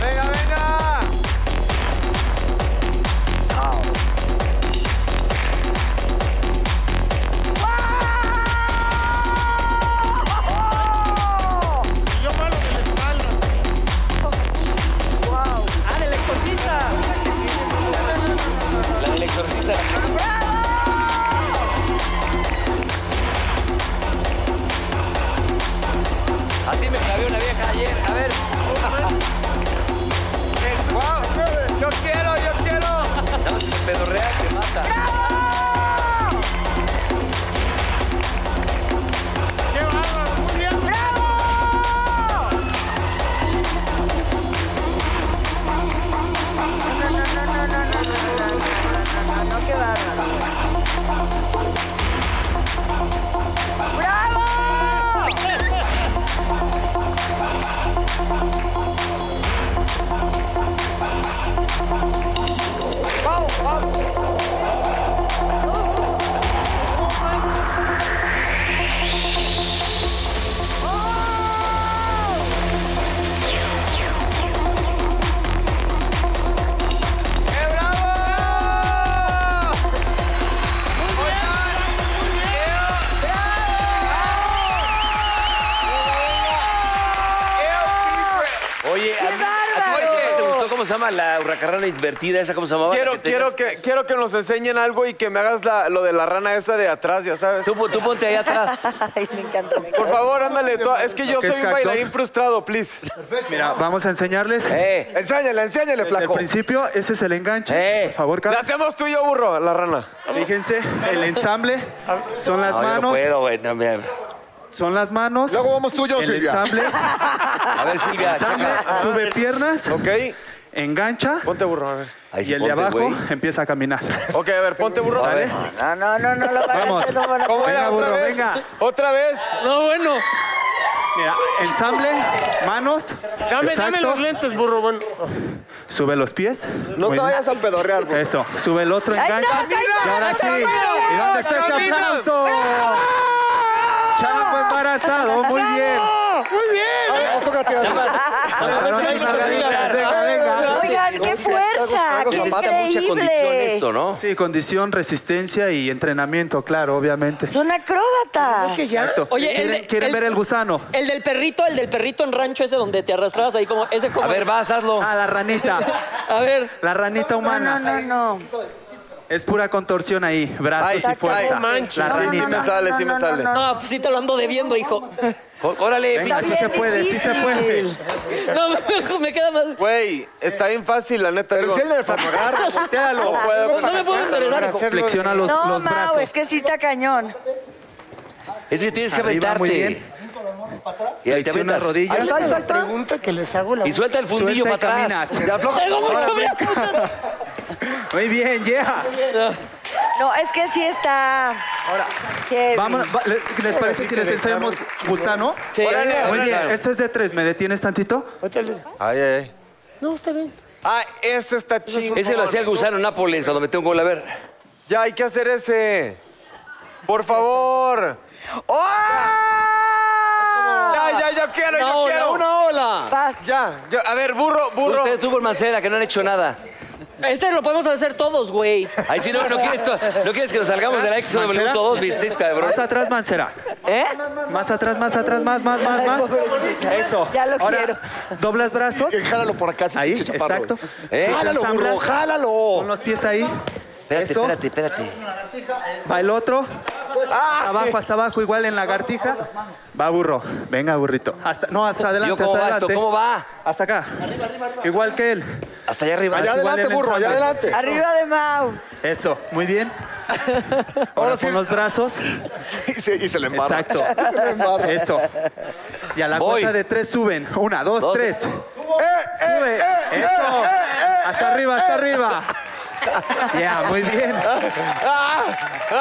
B: Venga, venga. Y yo malo de la espalda.
E: ¡Ah, del exorcista!
F: La del exorcista. Así me clavé una vieja ayer. A ver.
B: Wow, yo quiero, yo quiero.
F: No, si se pedorrea, te mata.
B: ¡Qué bárbaro! ¡Muy bien!
F: Oye, a mí, ¿a ti qué te gustó? ¿Cómo se llama la hurracarrana invertida esa? ¿Cómo se llamaba?
G: Quiero,
F: La que
G: quiero, que, quiero que nos enseñen algo y que me hagas la- lo de la rana esa de atrás, ya sabes. Tú,
F: ponte ahí atrás.
L: Ay, me encanta. me
G: Por
L: encanta.
G: favor, ándale. tú- es que yo
O: Que es
G: soy un
O: cacto.
G: bailarín frustrado, please.
O: Mira, vamos a enseñarles.
F: Eh.
G: Enséñale, enséñale,
O: Desde el principio, ese es el enganche. Por favor,
G: La
O: Carlos.
G: hacemos tú y yo, burro, la rana.
O: Fíjense, el ensamble son las
F: No, yo no
O: manos.
F: puedo, güey. no, mira.
O: Son las manos. Luego vamos tú,
F: yo,
O: el
F: Silvia.
O: Ensamble.
F: A ver, Silvia,
O: Ensamble,
F: checa.
O: Ah, sube piernas. Ok. Engancha. Ponte burro, a ver.
F: sí,
O: y el de
F: ponte,
O: abajo
F: güey.
O: empieza a caminar.
G: Ok, a ver, ponte burro.
O: A ver.
L: No, no, no, no lo van a
O: Vamos.
L: hacer, no van a
O: ¿Cómo era?
L: hacer.
O: Venga, burro, venga.
G: Otra vez.
E: No, bueno.
O: Mira, ensamble, manos.
D: Dame, dame
O: exacto.
D: los lentes, burro. Bueno.
O: Sube los pies.
D: No
O: Muy
D: te
O: bien.
D: vayas a pedorrear, burro.
O: Eso, sube el otro, engancha. Y ahora sí. ¿Y dónde está ese aplauso? Chavo embarazado, muy bien.
D: Muy bien.
O: Ah,
L: Oigan, qué fuerza, qué increíble.
O: ¿no? Sí, condición, resistencia y entrenamiento, claro, obviamente.
L: Son acróbatas.
O: Exacto.
E: Oye,
O: ¿Quieren,
E: el de-
O: quieren
E: el-
O: ver el gusano?
E: El del perrito, el del perrito en rancho ese donde te arrastrabas ahí como ese como
O: A ver, vas, hazlo.
E: A
O: Ah, la ranita.
E: A ver.
O: La ranita humana.
L: No, no, no.
O: Es pura contorsión ahí, brazos
E: Ay,
O: y fuerza.
E: no manches.
O: La
E: No, no,
O: ranita.
E: no, no,
L: no, no, no,
E: No, pues sí te lo ando debiendo, hijo.
O: Órale,
G: Venga, sí se puede, sí se puede.
E: No, me queda más.
G: Güey, está bien fácil, la neta. Pero
J: tiene el
G: farmagar, voltealo.
L: No puedo No me puedo enderezar, hijo.
O: Flexiona los,
L: no,
O: los
L: Mau,
O: brazos.
L: es que sí está cañón.
F: Es que tienes que
O: Arriba,
F: aventarte.
O: muy bien.
F: Y ahí te
O: Flexiona
F: aventas.
O: rodillas. Ahí está, ahí está, ahí
D: Pregunta que les hago la
F: Y suelta el fundillo
O: Suelta
F: para
O: y
F: atrás.
O: caminas. Tengo mucho miedo, Muy bien, yeah.
L: No, es que sí está. Ahora, heavy.
O: Vámonos, va- le- ¿Les parece si les ensayamos gusano?
L: Sí, Órale,
O: Muy
L: órale.
O: bien, este es de tres. ¿Me detienes tantito?
F: Ay, ay.
E: No, está bien.
G: Ah, ese está chingón.
F: Ese lo hacía el gusano Nápoles cuando metió un gol. A ver.
G: Ya, hay que hacer ese. Por favor. Ya, ya, yo quiero, yo quiero. Una ola. Ya, yo- a ver, burro, burro.
F: Ustedes tuvo el mancera que no han hecho nada.
E: Este lo podemos hacer todos, güey.
F: Ahí sí, no, no, quieres, to- no quieres que nos salgamos de la
O: Mancera.
F: XW2, viste, cabrón.
O: Más atrás, Mancera.
L: ¿Eh?
O: Más atrás, más atrás, más, más, más, más. Eso.
L: Ya lo
O: Ahora,
L: quiero.
O: doblas brazos.
J: Eh, Jálalo por acá, sí,
O: Ahí,
J: pinche chaparro.
O: exacto.
J: ¿Eh? Jálalo,
O: Las
J: burro,
O: zambras.
J: jálalo.
O: Con los pies ahí.
F: Espérate,
O: Eso.
F: espérate, espérate.
O: Va el otro.
J: Pues, ah.
O: Hasta abajo, hasta abajo, igual en lagartija. Va burro. Venga, burrito. Hasta, no, hasta adelante.
F: Yo, ¿cómo
O: hasta
F: va esto?
O: adelante.
F: ¿Cómo va?
O: Hasta acá. Igual que él.
F: Hasta allá arriba.
O: Allá adelante, burro, allá adelante.
L: Arriba de Mau.
O: Eso, muy bien. Ahora, con los brazos.
J: Y se, y se le embarra.
O: Exacto.
J: Se le embarra.
O: Eso. Y a la
F: Voy.
O: cuenta de tres suben. Una, dos,
F: Dos.
O: tres.
N: Eh,
O: Sube. Eso. hasta arriba, hasta arriba. Ya, muy bien.
N: Ah,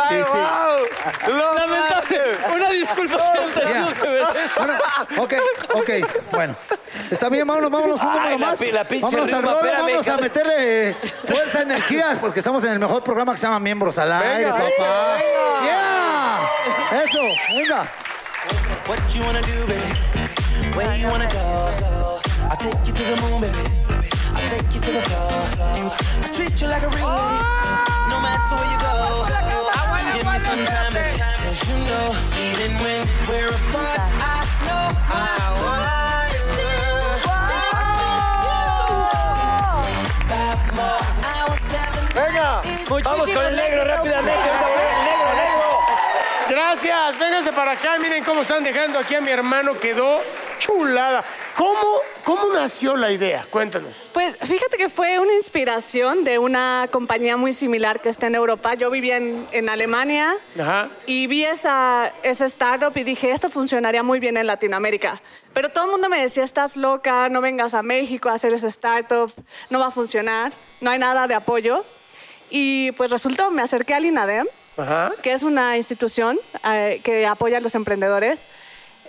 O: Sí, sí.
E: Lamentable. Una disculpa si no te digo que me des.
N: Bueno, ok, ok, bueno. Está bien, vámonos, vámonos un número
F: Ay, la
N: más.
F: pi- la pinche
N: vámonos al rol,
F: rima, espérame,
N: vámonos a
F: cabrón.
N: meterle eh, fuerza, energía, porque estamos en el mejor programa que se llama Miembros al Aire,
J: Venga,
N: papá.
O: Ah.
N: Yeah. Eso, venga.
B: What you wanna do, baby? Where you wanna go? I'll take you to the moon, baby. I'll take you to the floor. I treat you like a real lady, no matter where you go. Just give me some time, baby. 'Cause you know, even when we're apart, I know my heart is still with you. Five more hours down the
D: Venga.
F: Vamos con el negro rápidamente. ahorita volvemos. Negro, negro.
D: Gracias, vénganse para acá, miren cómo están dejando aquí a mi hermano, quedó chulada. ¿Cómo, cómo nació la idea? Cuéntanos.
H: Pues fíjate que fue una inspiración de una compañía muy similar que está en Europa. Yo vivía en, en Alemania
D: Ajá.
H: y vi esa, esa startup y dije, esto funcionaría muy bien en Latinoamérica. Pero todo el mundo me decía, estás loca, no vengas a México a hacer esa startup, no va a funcionar, no hay nada de apoyo. Y pues resultó, me acerqué al INADEM,
D: Ajá.
H: que es una institución eh, que apoya a los emprendedores.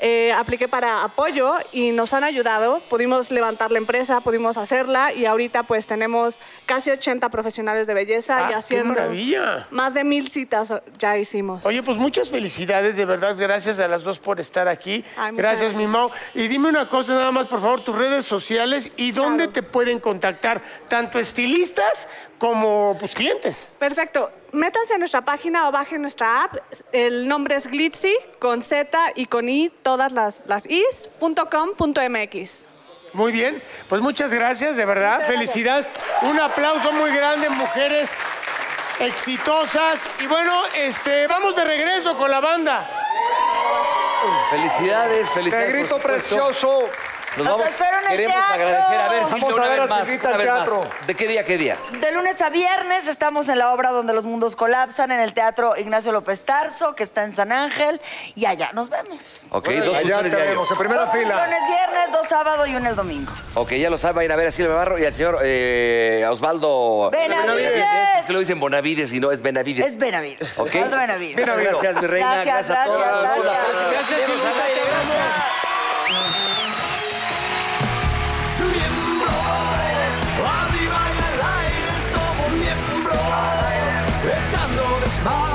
H: Eh, apliqué para apoyo y nos han ayudado. Pudimos levantar la empresa, pudimos hacerla y ahorita pues tenemos casi 80 profesionales de belleza
D: Ah,
H: y
D: qué
H: haciendo
D: maravilla.
H: más de mil citas ya hicimos.
D: Oye, pues muchas felicidades, de verdad, gracias a las dos por estar aquí.
H: Ay, muchas
D: gracias,
H: gracias.
D: mi Mau. Y dime una cosa nada más, por favor, tus redes sociales y dónde te pueden contactar, tanto estilistas como pues clientes.
H: Perfecto. Métanse a nuestra página o bajen nuestra app. El nombre es Glitzy con Z y con I, todas las, las Is, punto com, punto MX.
D: Muy bien, pues muchas gracias, de verdad. Felicidades. Un aplauso muy grande, mujeres exitosas. Y bueno, este, vamos de regreso con la banda.
F: Felicidades, felicidades.
J: Negrito
F: por supuesto.
J: precioso.
F: Nos
L: Los
F: vamos.
L: espero en el
F: Queremos
L: teatro.
F: agradecer. A ver,
L: Vamos
F: Silvia,
J: a
F: una
J: ver a
F: vez más.
J: Silvita
F: Una
J: al
F: vez
J: teatro.
F: más. ¿De qué día, qué día?
L: De lunes a viernes estamos en la obra donde los mundos colapsan en el Teatro Ignacio López Tarso, que está en San Ángel, y allá nos vemos.
F: Ok, dos
J: Allá
F: funciones
J: te
F: diario.
J: vemos, en primera
L: Dos
J: fila.
L: lunes, viernes, dos sábado y una el domingo.
F: Ok, ya lo saben, vayan a ver a Silvia Barro y al señor eh, Osvaldo...
L: Benavides.
F: Es que lo dicen Bonavides y no es Benavides.
L: Es Benavides.
F: Ok.
L: Osvaldo Benavides.
F: Muchas Gracias, mi reina.
L: Gracias,
F: Gracias, a todos.
L: gracias,
F: Nos vemos la
L: gracias.
F: próxima. Nos vemos al aire. Gracias.
B: Oh,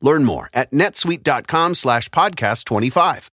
P: Learn more at netsuite.com slash podcast 25.